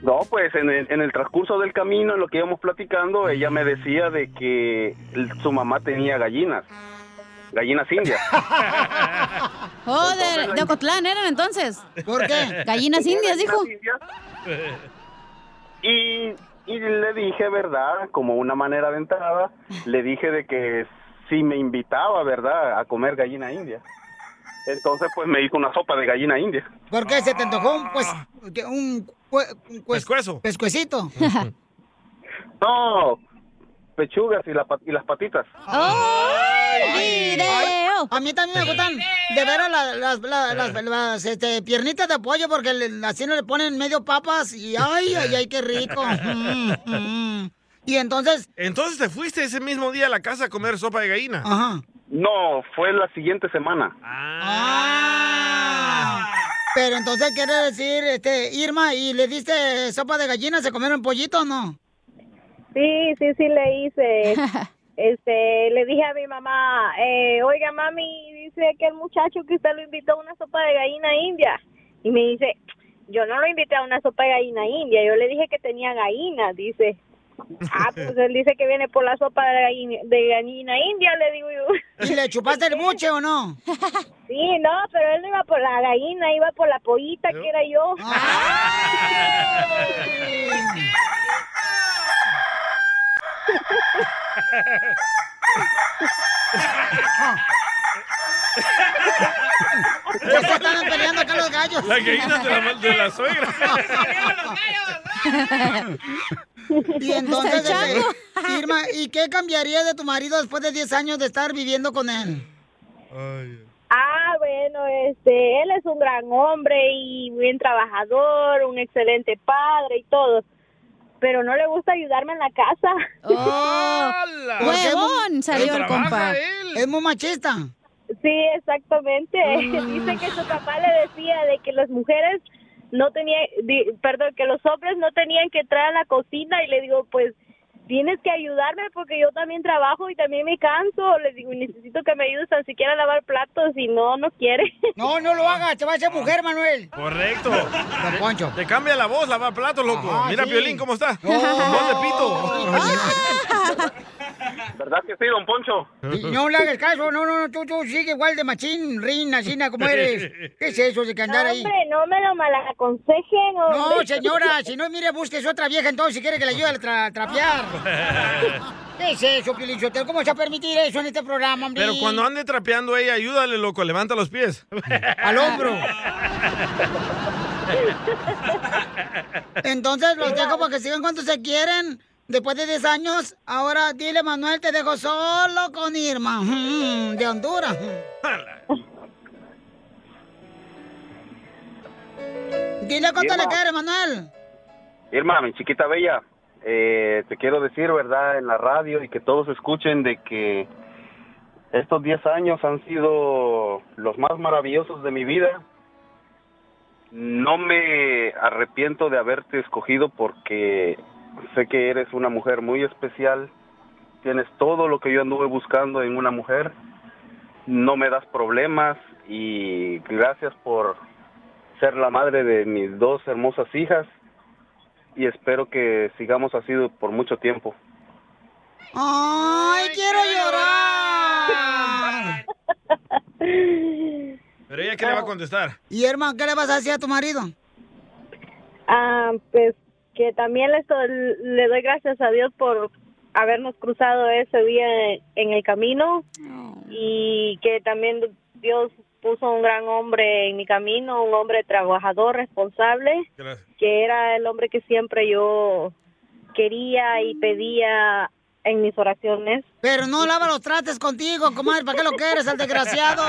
No, pues en el, en el transcurso del camino, en lo que íbamos platicando, ella me decía de que el- su mamá tenía gallinas, gallinas indias.
Oh, de, de Ocotlán eran entonces.
¿Por qué?
Gallinas indias, dijo.
Y, y le dije, ¿verdad? Como una manera de entrada, le dije de que si me invitaba, ¿verdad? A comer gallina india. Entonces, pues me hizo una sopa de gallina india.
¿Por qué se te antojó un, pues, que un, cue- un cues- pescuecito?
No, pechugas y, la pa- y las patitas.
Ay, ay, A mí también me gustan de veras la- las, la- las, las, este, piernitas de pollo porque le- así no le ponen medio papas y ay, ay, ay, qué rico. Mm, mm. Y entonces...
Entonces te fuiste ese mismo día a la casa a comer sopa de gallina.
No, fue la siguiente semana.
Pero entonces quiere decir, este, Irma, ¿y le diste sopa de gallina? ¿Se comieron pollito o no?
Sí, sí, sí le hice. Este, le dije a mi mamá, eh, oiga mami, dice que el muchacho que usted lo invitó a una sopa de gallina india. Y me dice, yo no lo invité a una sopa de gallina india, yo le dije que tenía gallina, dice. Ah, pues él dice que viene por la sopa de gallina, de gallina india, le digo yo.
¿Y le chupaste el buche o no?
Sí, no, pero él no iba por la gallina, iba por la pollita que era yo.
¿Por qué estaban peleando acá los gallos?
La gallina de la, de la suegra.
Y entonces,
Está el chango.
este, Irma, ¿y qué cambiaría de tu marido después de 10 años de estar viviendo con él?
Ah, bueno, este, él es un gran hombre y bien trabajador, un excelente padre y todo. Pero no le gusta ayudarme en la casa.
¿Por qué?
Es
muy machista.
Sí, exactamente. Dice que su papá le decía de que las mujeres no tenían, di- perdón, que los hombres no tenían que entrar a la cocina y le digo, pues tienes que ayudarme porque yo también trabajo y también me canso. Le digo, y necesito que me ayudes tan siquiera a lavar platos y no, no quiere. Ah.
No, no lo hagas, te va a hacer mujer, Manuel.
Correcto. Te, te cambia la voz, lava platos, loco.
Ajá,
Mira,
sí.
Piolín, ¿cómo está?
Oh.
Voz de pito.
¿Verdad que sí, don Poncho?
No le hagas caso, no, no, no, tú, tú sigue igual de machín, reina, china, como eres. ¿Qué es eso de que andar ahí?
Hombre, no me lo malaconsejen, hombre.
No, señora, si no, mire, busques otra vieja entonces si quiere que la ayude a tra- trapear. ¿Qué es eso, Piolín Sotelo? ¿Cómo se va a permitir eso en este programa, hombre?
Pero cuando ande trapeando ella, ayúdale, loco, levanta los pies.
Al hombro. Entonces los dejo para que sigan cuando se quieren. Después de 10 años, ahora dile, Manuel, te dejo solo con Irma, mm, de Honduras. Dile cuánto
Irma.
le quieres, Manuel.
Irma, mi chiquita bella, eh, te quiero decir, ¿verdad? En la radio y que todos escuchen de que estos 10 años han sido los más maravillosos de mi vida. No me arrepiento de haberte escogido porque sé que eres una mujer muy especial. Tienes todo lo que yo anduve buscando en una mujer. No me das problemas y gracias por ser la madre de mis dos hermosas hijas y espero que sigamos así por mucho tiempo.
¡Ay, quiero llorar!
Pero ella, ¿qué le va a contestar?
Y hermano, ¿qué le vas a decir a tu marido?
Ah, pues que también le, so- le doy gracias a Dios por habernos cruzado ese día en- en el camino y que también Dios puso un gran hombre en mi camino, un hombre trabajador, responsable, que era el hombre que siempre yo quería y pedía en mis oraciones.
Pero no lava los trates contigo, comadre. ¿Para qué lo quieres, al desgraciado?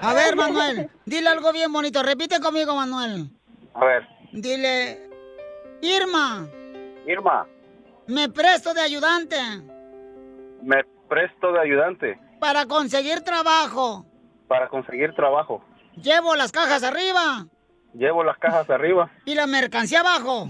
A ver, Manuel, dile algo bien bonito. Repite conmigo, Manuel.
A ver,
Dile, Irma,
Irma,
me presto de ayudante
me presto de ayudante
para conseguir trabajo.
para conseguir trabajo.
Llevo las cajas arriba
Llevo las cajas arriba.
y la mercancía abajo.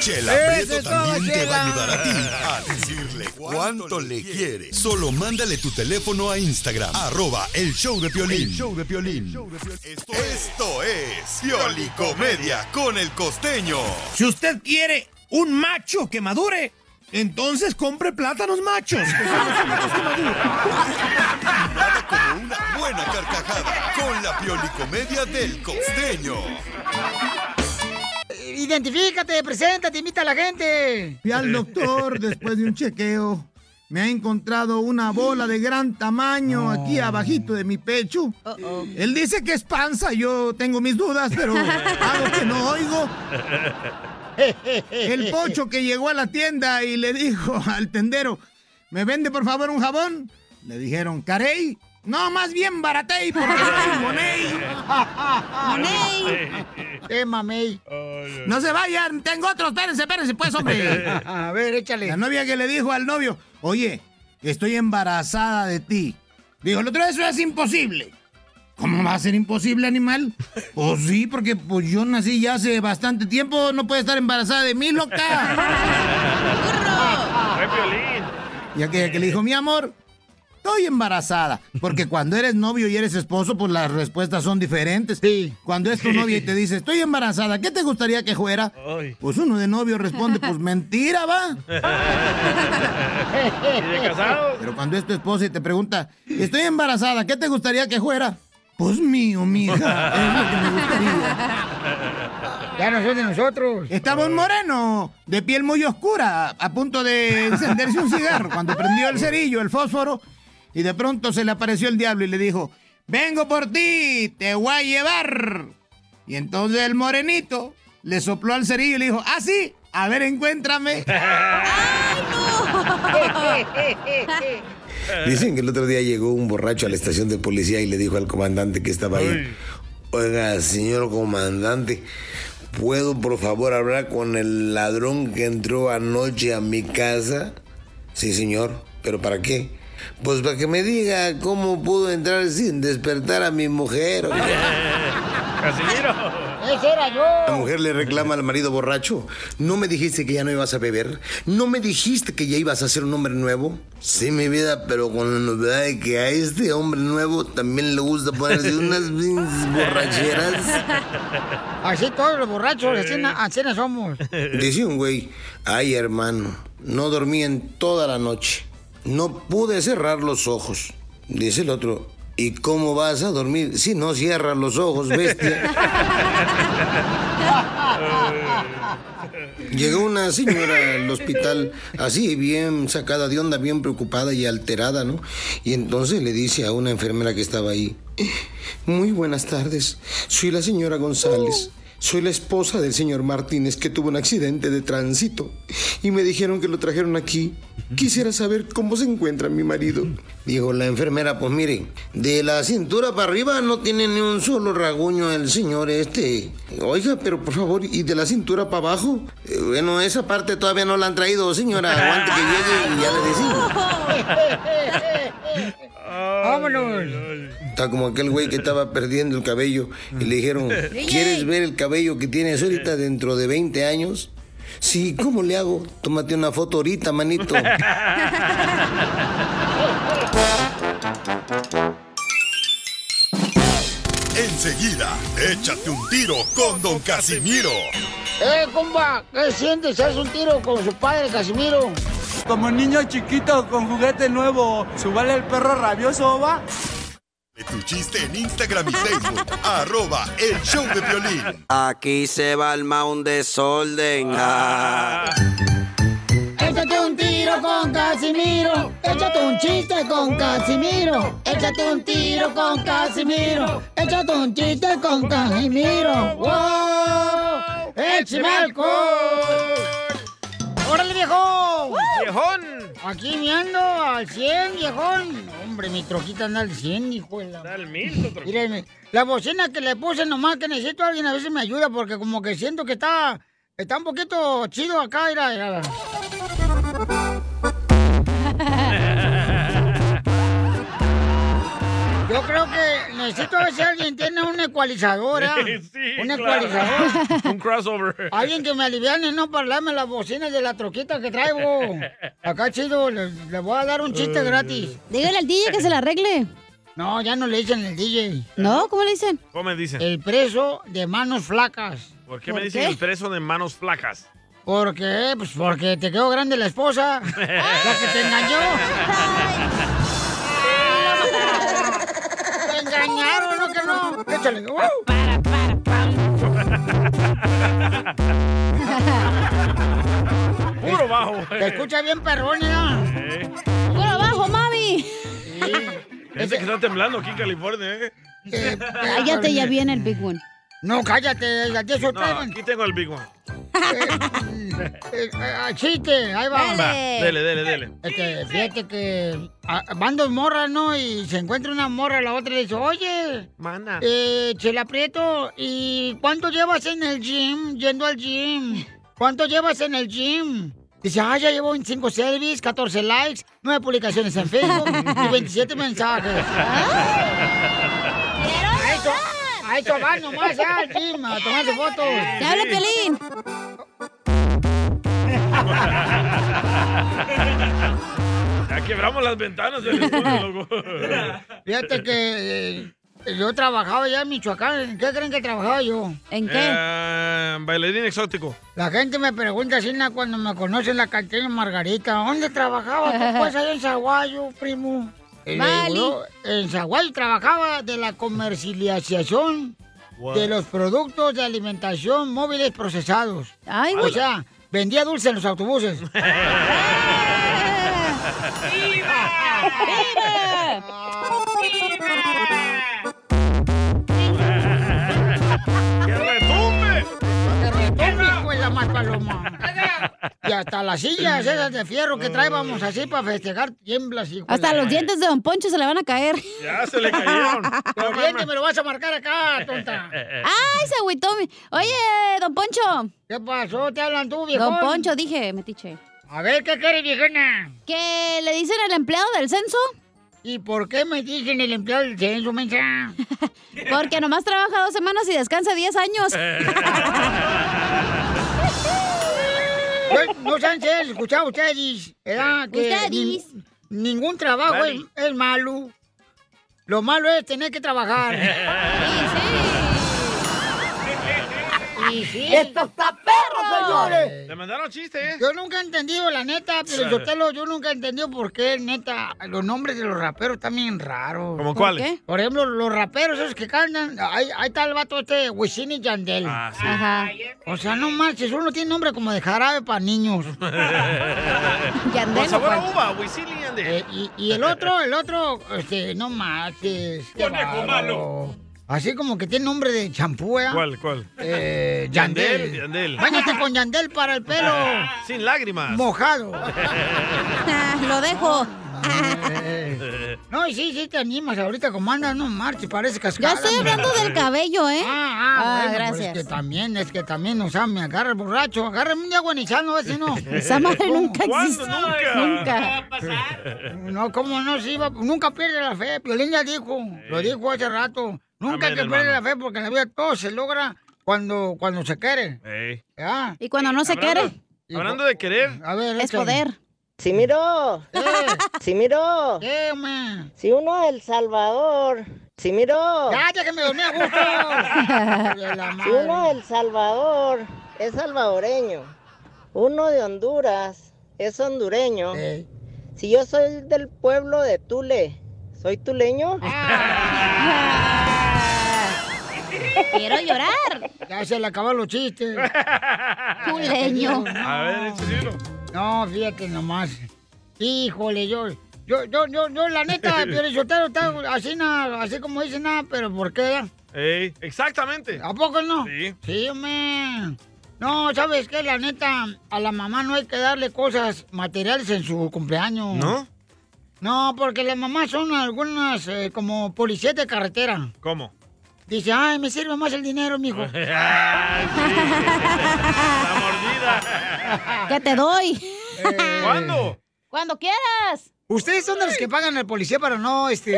Chela
Eso
Prieto
es
también
todo,
te va a
Chela.
ayudar a ti a decirle cuánto le quiere. Solo mándale tu teléfono a Instagram, arroba el show de Piolín.
El
show de Esto, esto es Piolicomedia con el Costeño.
Si usted quiere un macho que madure, entonces compre plátanos machos. que son los únicos que maduran.
Buena carcajada con la Piolicomedia del Costeño.
Identifícate, preséntate, invita a la gente.
Fui al doctor después de un chequeo. Me ha encontrado una bola de gran tamaño aquí abajito de mi pecho. Él dice que es panza, yo tengo mis dudas, pero algo que no oigo. El pocho que llegó a la tienda y le dijo al tendero, ¿me vende por favor un jabón? Le dijeron, ¿carey? No, más bien baratey, porque soy money.
Money. ¡Qué mamey!
No se vayan, tengo otros, espérense, espérense, pues, hombre.
A ver, échale.
La novia que le dijo al novio, oye, estoy embarazada de ti. Dijo, el otro, eso es imposible. ¿Cómo va a ser imposible, animal? Pues sí, porque pues, yo nací ya hace bastante tiempo, no puede estar embarazada de mí, loca.
Fue Piolín.
Y aquella que le dijo, mi amor, estoy embarazada. Porque cuando eres novio y eres esposo, pues las respuestas son diferentes. Cuando es tu novia y te dice, estoy embarazada, ¿qué te gustaría que fuera?
Ay.
Pues uno de novio responde, pues mentira, va.
¿Y de casado?
Pero cuando es tu esposa y te pregunta, estoy embarazada, ¿qué te gustaría que fuera? Pues mío, mija. Es lo que me gustaría.
Ya no son de nosotros.
Estaba un moreno, de piel muy oscura, a punto de encenderse un cigarro, cuando prendió el cerillo, el fósforo, y de pronto se le apareció el diablo y le dijo, vengo por ti, te voy a llevar. Y entonces el morenito le sopló al cerillo y le dijo, ah, sí, a ver, encuéntrame.
Dicen que el otro día llegó un borracho a la estación de policía y le dijo al comandante que estaba ahí, oiga, señor comandante, ¿puedo por favor hablar con el ladrón que entró anoche a mi casa? Sí, señor, pero ¿para qué? Pues para que me diga cómo pudo entrar sin despertar a mi mujer.
Casimiro.
¡Ese era yo!
La mujer le reclama al marido borracho. ¿No me dijiste que ya no ibas a beber? ¿No me dijiste que ya ibas a ser un hombre nuevo? Sí, mi vida, pero con la novedad de que a este hombre nuevo también le gusta ponerse unas pinches borracheras.
Así todos los borrachos, así, na- así no somos.
Dice un güey, ay hermano, no dormí en toda la noche. No pude cerrar los ojos. Dice el otro, ¿y cómo vas a dormir si no cierras los ojos, bestia? Llegó una señora al hospital, así bien sacada de onda, bien preocupada y alterada, ¿no? Y entonces le dice a una enfermera que estaba ahí, muy buenas tardes, soy la señora González, soy la esposa del señor Martínez que tuvo un accidente de tránsito y me dijeron que lo trajeron aquí. Quisiera saber cómo se encuentra mi marido. Dijo la enfermera, pues miren, de la cintura para arriba no tiene ni un solo raguño el señor este. Oiga, pero por favor, ¿y de la cintura para abajo? Eh, bueno, esa parte todavía no la han traído, señora. Aguante que llegue y ya le decimos.
¡Ay,
¡Vámonos!
Está como aquel güey que estaba perdiendo el cabello y le dijeron, ¿quieres ver el cabello que tienes ahorita dentro de 20 años? Sí, ¿cómo le hago? Tómate una foto ahorita, manito.
Enseguida, échate un tiro con Don Casimiro.
Eh, compa, ¿qué sientes? ¿Haz un tiro con su padre, Casimiro?
Como niño chiquito con juguete nuevo, ¿subale el perro rabioso, va?
De tu chiste en Instagram y Facebook, arroba el show de violín.
Aquí se va el un desorden.
Ah. Échate un tiro con Casimiro. Échate un chiste con Casimiro. Échate un tiro con Casimiro. Échate un chiste con Casimiro. ¡Wow! ¡Échame alcohol! ¡Órale, viejo!
¡Viejón!
Aquí viendo al 100, viejón. Hombre, mi troquita anda al 100, hijo de la...
al mil,
Miren, la bocina que le puse nomás que necesito a alguien a veces me ayuda porque como que siento que está... Está un poquito chido acá, mira, mira. Yo creo que necesito a ver si alguien tiene ¿ah? una ecualizadora.
Sí,
una
claro.
ecualizadora.
Un crossover.
Alguien que me aliviane, no parlarme las bocinas de la troquita que traigo. Acá chido, le, le voy a dar un chiste gratis.
Dígale al DJ que se la arregle.
No, ya no le dicen el DJ.
No, ¿cómo le dicen?
¿Cómo me dicen?
El preso de manos flacas.
¿Por qué me dicen el preso de manos flacas?
¿Por qué? Pues porque te quedó grande la esposa. la que te engañó. Te engañaron, ¿no que no? Échale. Para, para,
Puro bajo.
Te escucha bien perrón, ¿eh? ¿no?
¡Por abajo, mami!
Gente que está temblando aquí en California, ¿eh?
Cállate, ya viene el Big One.
No, cállate, ya te
No,
sorprenden.
aquí tengo el Big One.
Eh, eh, chiste, ahí va.
Va, dele, dele, dele.
Este, fíjate que ah, van dos morras, ¿no? Y se encuentra una morra, la otra le dice, oye,
Mana.
eh, Chela Prieto, ¿y cuánto llevas en el gym, yendo al gym? ¿Cuánto llevas en el gym? Dice, ah, ya llevo 25 selfies, 14 likes, 9 publicaciones en Facebook y 27 mensajes. A esto, a esto van nomás, ah, al gym, a tomarse fotos.
¡Te habla Pelín!
Ya quebramos las ventanas del estudio, loco.
Fíjate que eh, yo trabajaba ya en Michoacán. ¿En qué creen que trabajaba yo? ¿En
Eh, bailarín exótico.
La gente me pregunta así na, cuando me conocen la cantina Margarita. ¿Dónde trabajaba tú? Pues allá en Zaguayo, primo. Y le
Vale.
digo, "Yo en Zaguayo trabajaba de la comercialización
What?
de los productos de alimentación móviles procesados. o
güey.
sea, vendía dulce en los autobuses.
¡Que retumbe!
Hijo de la más paloma. Y hasta las sillas esas de fierro que traíamos así para festejar tiemblas, hijo de
Hasta
la
los
madre.
dientes de Don Poncho se le van a caer.
Ya se le cayeron.
Los dientes me lo vas a marcar acá, tonta.
Eh,
¡Ay, se agüitó! mi- Oye, Don Poncho.
¿Qué pasó? ¿Te hablan tú, viejón?
Don Poncho, dije, metiche.
A ver, ¿qué quieres, viejona?
¿Qué le dicen al empleado del censo?
¿Y por qué me dicen el empleado del censo, mensa?
Porque nomás trabaja dos semanas y descansa diez años.
Pues, No saben si han escuchado ustedes, ¿verdad? Que
Ustedes.
nin- ningún trabajo es,
Dale.
es malo. Lo malo es tener que trabajar. Y sí. ¡Esto está perro, señores!
Le mandaron chiste, ¿eh?
Yo nunca he entendido, la neta, pero yo, te lo, yo nunca he entendido por qué, neta, los nombres de los raperos están bien raros.
¿Cómo ¿Por cuáles? qué?
Por ejemplo, los raperos esos que cantan, ahí, ahí está el vato este, Wisin y Yandel.
Ah, sí.
Ajá.
O sea, no marches, uno tiene nombre como de jarabe para niños.
Yandel. Con sabor a uva, Wisin y Yandel.
Eh, y, y el otro, el otro, este, no marches. qué
Conejo
bárbaro.
malo.
Así como que tiene nombre de champú, ¿eh?
¿Cuál, cuál?
Eh,
Yandel.
Yandel.
Yandel. Ah,
Báñate con Yandel para el pelo
Sin lágrimas.
mojado.
Lo dejo.
No, y sí, sí te animas ahorita como andas, no marches, parece cascada.
Ya estoy hablando del cabello, ¿eh?
Ah, ah, bueno, pero
gracias.
Es que también, es que también, o sea, me agarra el borracho, agárrame un de guanizano, ese no.
Esa madre nunca
¿Cómo?
existe. ¿Cuándo? Nunca. Nunca. ¿Qué va a
pasar? No, cómo no, sí, va- nunca pierde la fe, Piolín ya dijo, lo dijo hace rato. Nunca hay
Amén,
que pierde
hermano.
la fe porque en la vida todo se logra cuando, cuando se quiere.
Ey.
¿ya?
Y cuando no se
Hablando-
quiere.
Hablando de querer,
A ver,
Es poder.
Si miro,
Eh.
si miro, si uno a El Salvador, si miro.
¡Cállate que me dormí a gusto!
si uno de El Salvador es salvadoreño, uno de Honduras es hondureño. Si yo soy del pueblo de Tule, soy tuleño.
Ah. Quiero llorar.
Ya se le acaban los chistes.
Tuleño.
A ver, No, fíjate nomás. Híjole, yo. Yo, yo, yo, yo, la neta, Piolín Sotelo está así, na- así como dice nada, pero ¿por qué?
Ey, exactamente.
¿A poco no?
Sí.
Sí, hombre. No, ¿sabes qué? La neta, a la mamá no hay que darle cosas materiales en su cumpleaños.
¿No?
No, porque las mamás son algunas eh, como policías de carretera.
¿Cómo?
Dice, ay, me sirve más el dinero, mijo.
Que te doy. Eh,
¿Cuándo?
Cuando quieras.
Ustedes son de los que pagan al policía para no este, ir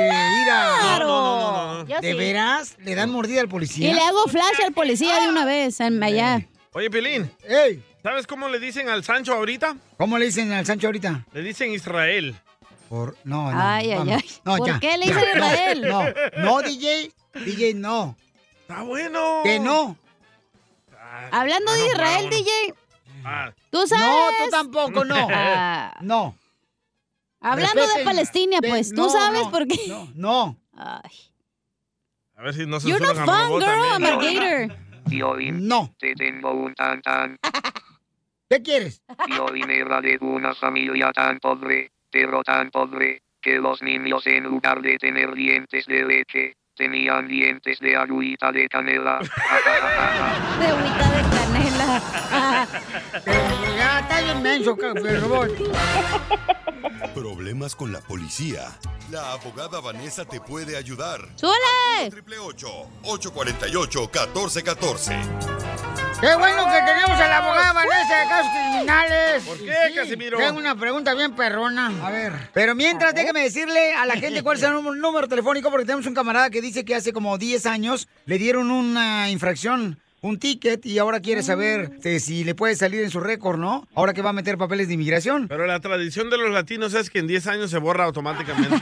a.
Claro. No, no, no, no, no. Yo
¿De
sí.
veras? ¿Le dan mordida al policía?
Y le hago flash al policía de una vez, en allá.
Oye, Pelín.
Ey.
¿Sabes cómo le dicen al Sancho ahorita?
¿Cómo le dicen al Sancho ahorita?
Le dicen Israel.
Por... No, no.
Ay, ay,
vamos.
ay.
No,
¿Por
ya,
qué le
ya,
dicen
no,
Israel?
No, no, DJ. DJ, no.
Está bueno.
Que no.
Hablando de Israel, DJ,
Ah.
¿tú sabes?
No, tú tampoco, no.
Ah,
No.
hablando de
Respeten.
Palestina,
De-
pues, ¿tú
no,
sabes
no,
por qué?
No. no.
A ver si no se
You're not fun, girl, I'm a gator.
Violín.
No.
Te tengo un tantán.
¿Qué quieres?
Violín era de una familia tan pobre, pero tan pobre, que los niños en lugar de tener dientes de leche, tenían dientes de agüita de canela. Ah,
De agüita de canela.
Ya está bien menso, ca- el robot.
Problemas con la policía. La abogada Vanessa te puede ayudar.
¡Súbele!
848-1414.
Qué bueno que tenemos a la abogada Vanessa de casos criminales. ¿Por
qué, Casimiro?
Tengo una pregunta bien perrona. A ver. Pero mientras, déjame decirle a la gente cuál es el número, número telefónico, porque tenemos un camarada que dice que hace como 10 años le dieron una infracción, un ticket, y ahora quiere saber este, si le puede salir en su récord, ¿no? Ahora que va a meter papeles de inmigración.
Pero la tradición de los latinos es que en 10 años se borra automáticamente.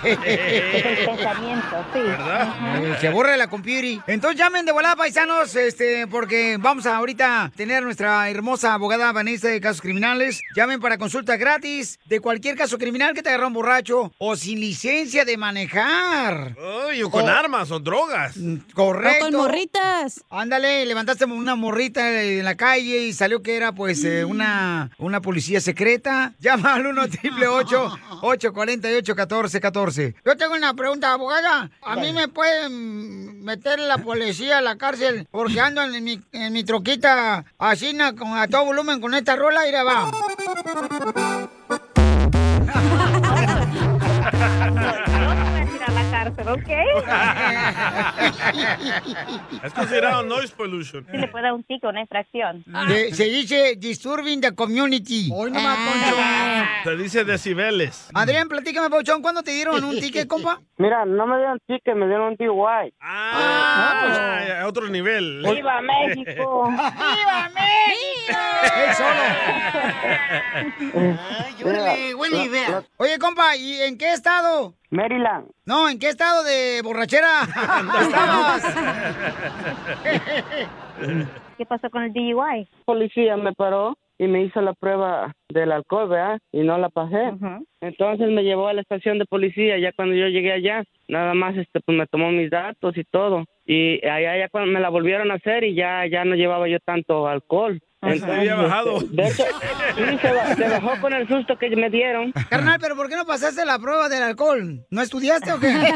pensamiento, sí. ¿Verdad? Se borra la computer. Entonces llamen de volada, paisanos, este, porque vamos a ahorita tener nuestra hermosa abogada Vanessa de casos criminales. Llamen para consulta gratis de cualquier caso criminal que te agarra un borracho o sin licencia de manejar.
Ay, o con
O- Mm,
armas o drogas.
Correcto.
O con
morritas.
Ándale, levantaste una morrita en la calle y salió que era pues eh, una, una policía secreta. Llama al 1 848 1414 Yo tengo una pregunta, abogada. A mí me pueden meter la policía a la cárcel porque ando en mi, en mi troquita así na, con, a todo volumen con esta rola y va.
a la cárcel, ¿ok?
Es considerado noise pollution.
Si le puede dar un tico, una infracción.
Se, se dice disturbing the community. Hoy no
Se dice decibeles.
Adrián, platícame, Pauchón, ¿cuándo te dieron un ticket, compa?
Mira, no me dieron ticket, me dieron un DUI.
pues.
Ah, a otro nivel.
¡Viva México!
¡Viva México! ¡Él solo!
huele- huele idea.
Oye, compa, ¿y en qué estado?
Maryland.
No, ¿en qué estado de borrachera estabas?
¿Qué pasó con el DUI? Policía me paró y me hizo la prueba del alcohol, ¿verdad? Y no la pasé. Entonces me llevó a la estación de policía. Ya cuando yo llegué allá, nada más este, pues me tomó mis datos y todo. Y allá ya cuando me la volvieron a hacer y ya, ya no llevaba yo tanto alcohol. este,
Entonces, había bajado.
De hecho, sí, se, ba- se bajó con el susto que me dieron.
Carnal, pero ¿por qué no pasaste la prueba del alcohol? ¿No estudiaste o qué?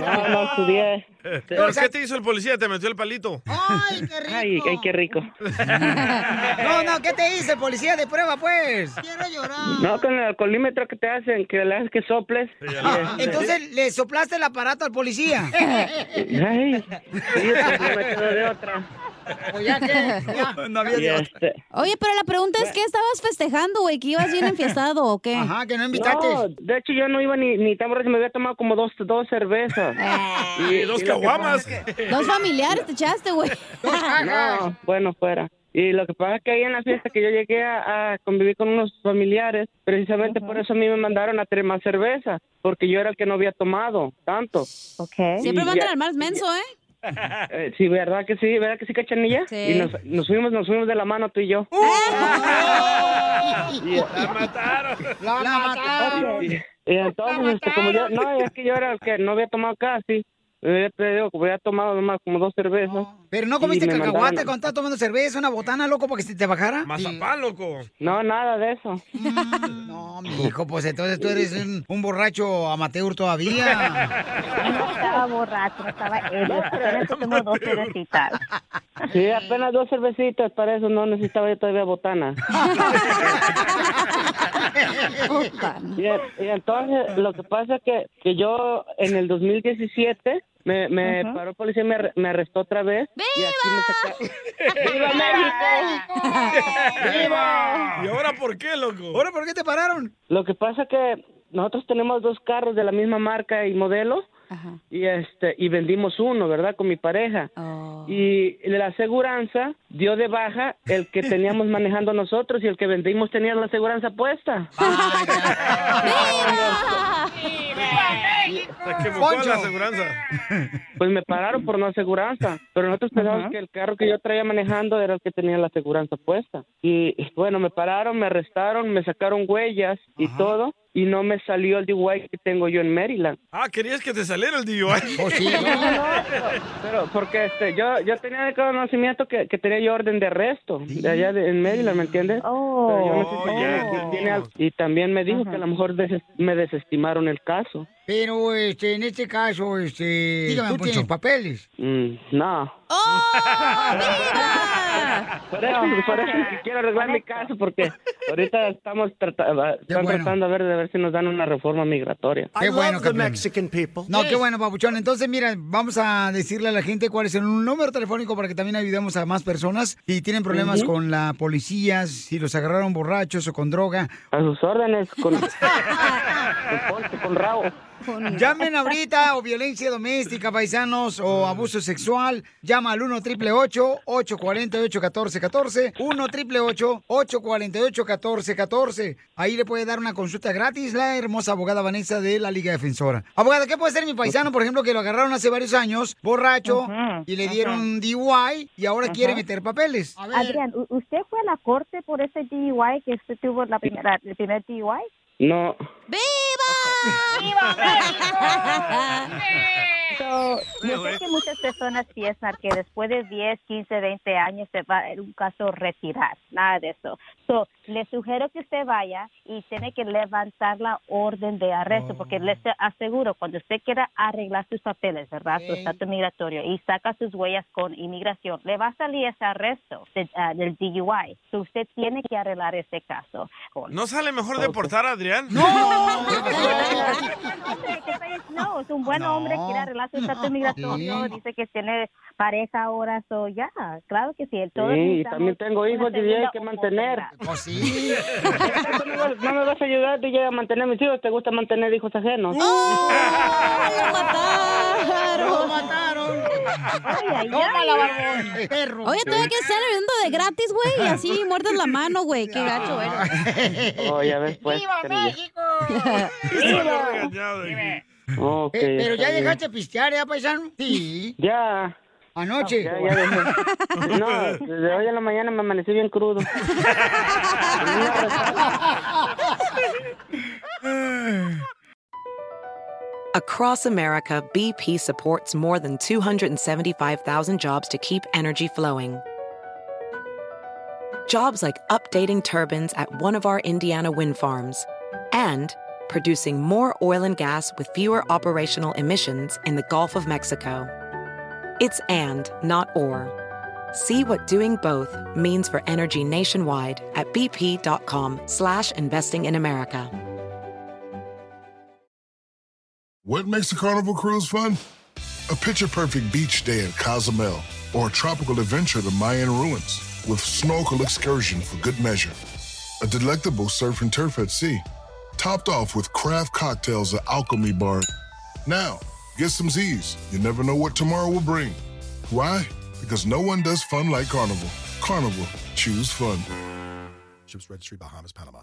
No, no estudié.
¿Pero qué te hizo el policía? ¿Te metió el palito?
¡Ay, qué rico!
Ay, ay, qué rico.
No, no, ¿qué te hice, policía de prueba, pues? Quiero llorar.
No, con el alcoholímetro que te hacen, que le haces que soples. este,
Ah, entonces le soplaste el aparato al policía.
Ay, sí, pues, no me quedo de otra.
ya que, ya. No había
Y,
de otra.
este,
Oye, pero la pregunta es, ¿qué estabas festejando, güey? ¿Que ibas bien enfiestado o qué?
Ajá, que no
No, de hecho yo no iba ni, ni tan borracho, me había tomado como dos, dos cervezas.
Y dos
lo que pasa
caguamas.
es que-
Dos familiares te echaste, güey.
No, bueno, fuera. Y lo que pasa es que ahí en la fiesta que yo llegué a, a convivir con unos familiares, precisamente por eso a mí me mandaron a traer más cerveza, porque yo era el que no había tomado tanto. Okay.
Siempre mandan al más menso, ¿eh?
sí, ¿verdad que sí? ¿Verdad que sí, cachanilla?
Sí.
Y nos, nos fuimos, nos fuimos de la mano tú y yo. Y-
La mataron.
y- y entonces, este, como yo, no, es que yo era el que no había tomado casi, me había, te digo, había tomado nomás como dos cervezas.
Pero no comiste cacahuate cuando estabas tomando cerveza, una botana, loco, para que se te bajara.
Mazapán, loco.
No, nada de eso.
Mm, No, mijo, pues entonces tú eres un, un borracho amateur todavía.
No estaba borracho, estaba ebrio. Apenas que tengo dos cervecitas.
Sí, apenas dos cervecitas, para eso no necesitaba yo todavía botana. Y, y entonces, lo que pasa es que, que yo en el 2017 me, me
Ajá.
paró el policía y me, arre- me arrestó otra vez. Y así me saca- ¡Viva México!
¡Viva! ¿Y ahora por qué, loco?
¿Ahora por qué te pararon?
Lo que pasa es que nosotros tenemos dos carros de la misma marca y modelo. y este y vendimos uno, ¿verdad? Con mi pareja. Y la aseguranza dio de baja el que teníamos manejando nosotros y el que vendimos tenía la aseguranza puesta.
Ah, Se equivocó
Poncho.
la aseguranza.
Pues me pararon por no aseguranza, pero nosotros pensábamos
Ajá.
que el carro que yo traía manejando era el que tenía la aseguranza puesta. Y bueno, me pararon, me arrestaron, me sacaron huellas y todo y no me salió el DUI que tengo yo en Maryland.
Ah, querías que te saliera el DUI.
Pero porque este, yo, yo tenía de conocimiento que, que tenía yo orden de arresto de allá de- en Maryland, ¿me entiendes?
Oh.
Pero yo no
Oh,
sé si tiene- tiene al- y también me dijo que a lo mejor deses- me desestimaron el caso.
Pero este, en este caso, este, tú tienes papeles.
Mm, no. Por eso,
Ah,
por eso es que quiero arreglar mi caso porque ahorita estamos trata- están
bueno.
tratando a ver de ver si nos dan una reforma migratoria.
Qué bueno, campeón.
people.
No, qué bueno, papuchón. Entonces, mira, vamos a decirle a la gente cuál es el número telefónico para que también ayudemos a más personas si tienen problemas
Ujú.
con la policía, si los agarraron borrachos o con droga.
A sus órdenes, con, con rabo.
Llamen ahorita o violencia doméstica, paisanos, o abuso sexual. Llama al 1 triple 848 1414 1 triple 848 1414 Ahí le puede dar una consulta gratis la hermosa abogada Vanessa de la Liga Defensora. Abogada, ¿qué puede ser mi paisano, por ejemplo, que lo agarraron hace varios años, borracho,
Ujú,
y le
ujú.
dieron DUI y ahora quiere
Ujú.
meter papeles?
Adrián, ¿u- ¿usted fue a la corte por ese DUI que usted tuvo la primera, el primer DUI?
No,
¡Viva So, yo sé que muchas personas piensan que después de 10, 15, 20 años se va en un caso retirar, nada de eso. So, le sugiero que usted vaya y tiene que levantar la orden de arresto, porque les aseguro, cuando usted quiera arreglar sus papeles, ¿verdad? Su
Ok.
estatus migratorio y saca sus huellas con inmigración, le va a salir ese arresto de- ah, del DUI. So, usted tiene que arreglar ese caso.
¿No sale mejor deportar a Adrián?
No, es un buen hombre, quiere arreglar su estatus migratorio, dice que tiene pareja ahora, so ya, claro que sí, el todo
Sí, y
necesitamos
también tengo
una
hijos, DJ,
segunda
que mantener.
oportunidad.
¿No me vas- no me vas a ayudar, DJ, a mantener a mis hijos? ¿Te gusta mantener hijos ajenos?
¡Oh! ¡Lo mataron!
¡Ay, ay,
Tómala,
ay!
barbón, perro.
Oye, todavía que estar bebiendo de gratis, güey, y así muerdes la mano, güey. Qué gacho eres.
Oh, ya ves, pues. Canilla. Ok,
Eh, pero
está
ya
bien.
dejaste pistear, ¿ya, paisano? Sí.
Ya.
Anoche.
Ya, ya dejé. No, desde hoy en la mañana me amanecí bien crudo.
Across America, BP supports more than 275,000 jobs to keep energy flowing. Jobs like updating turbines at one of our Indiana wind farms and producing more oil and gas with fewer operational emissions in the Gulf of Mexico. It's and, not or. See what doing both means for energy nationwide at bp.com slash investing in America.
What makes a Carnival cruise fun? A picture perfect beach day at Cozumel or a tropical adventure to Mayan ruins with snorkel excursion for good measure. A delectable surf and turf at sea, topped off with craft cocktails at Alchemy Bar. Now, get some Z's. You never know what tomorrow will bring. Why? Because no one does fun like Carnival. Carnival, choose fun.
Ships Registry, Bahamas, Panama.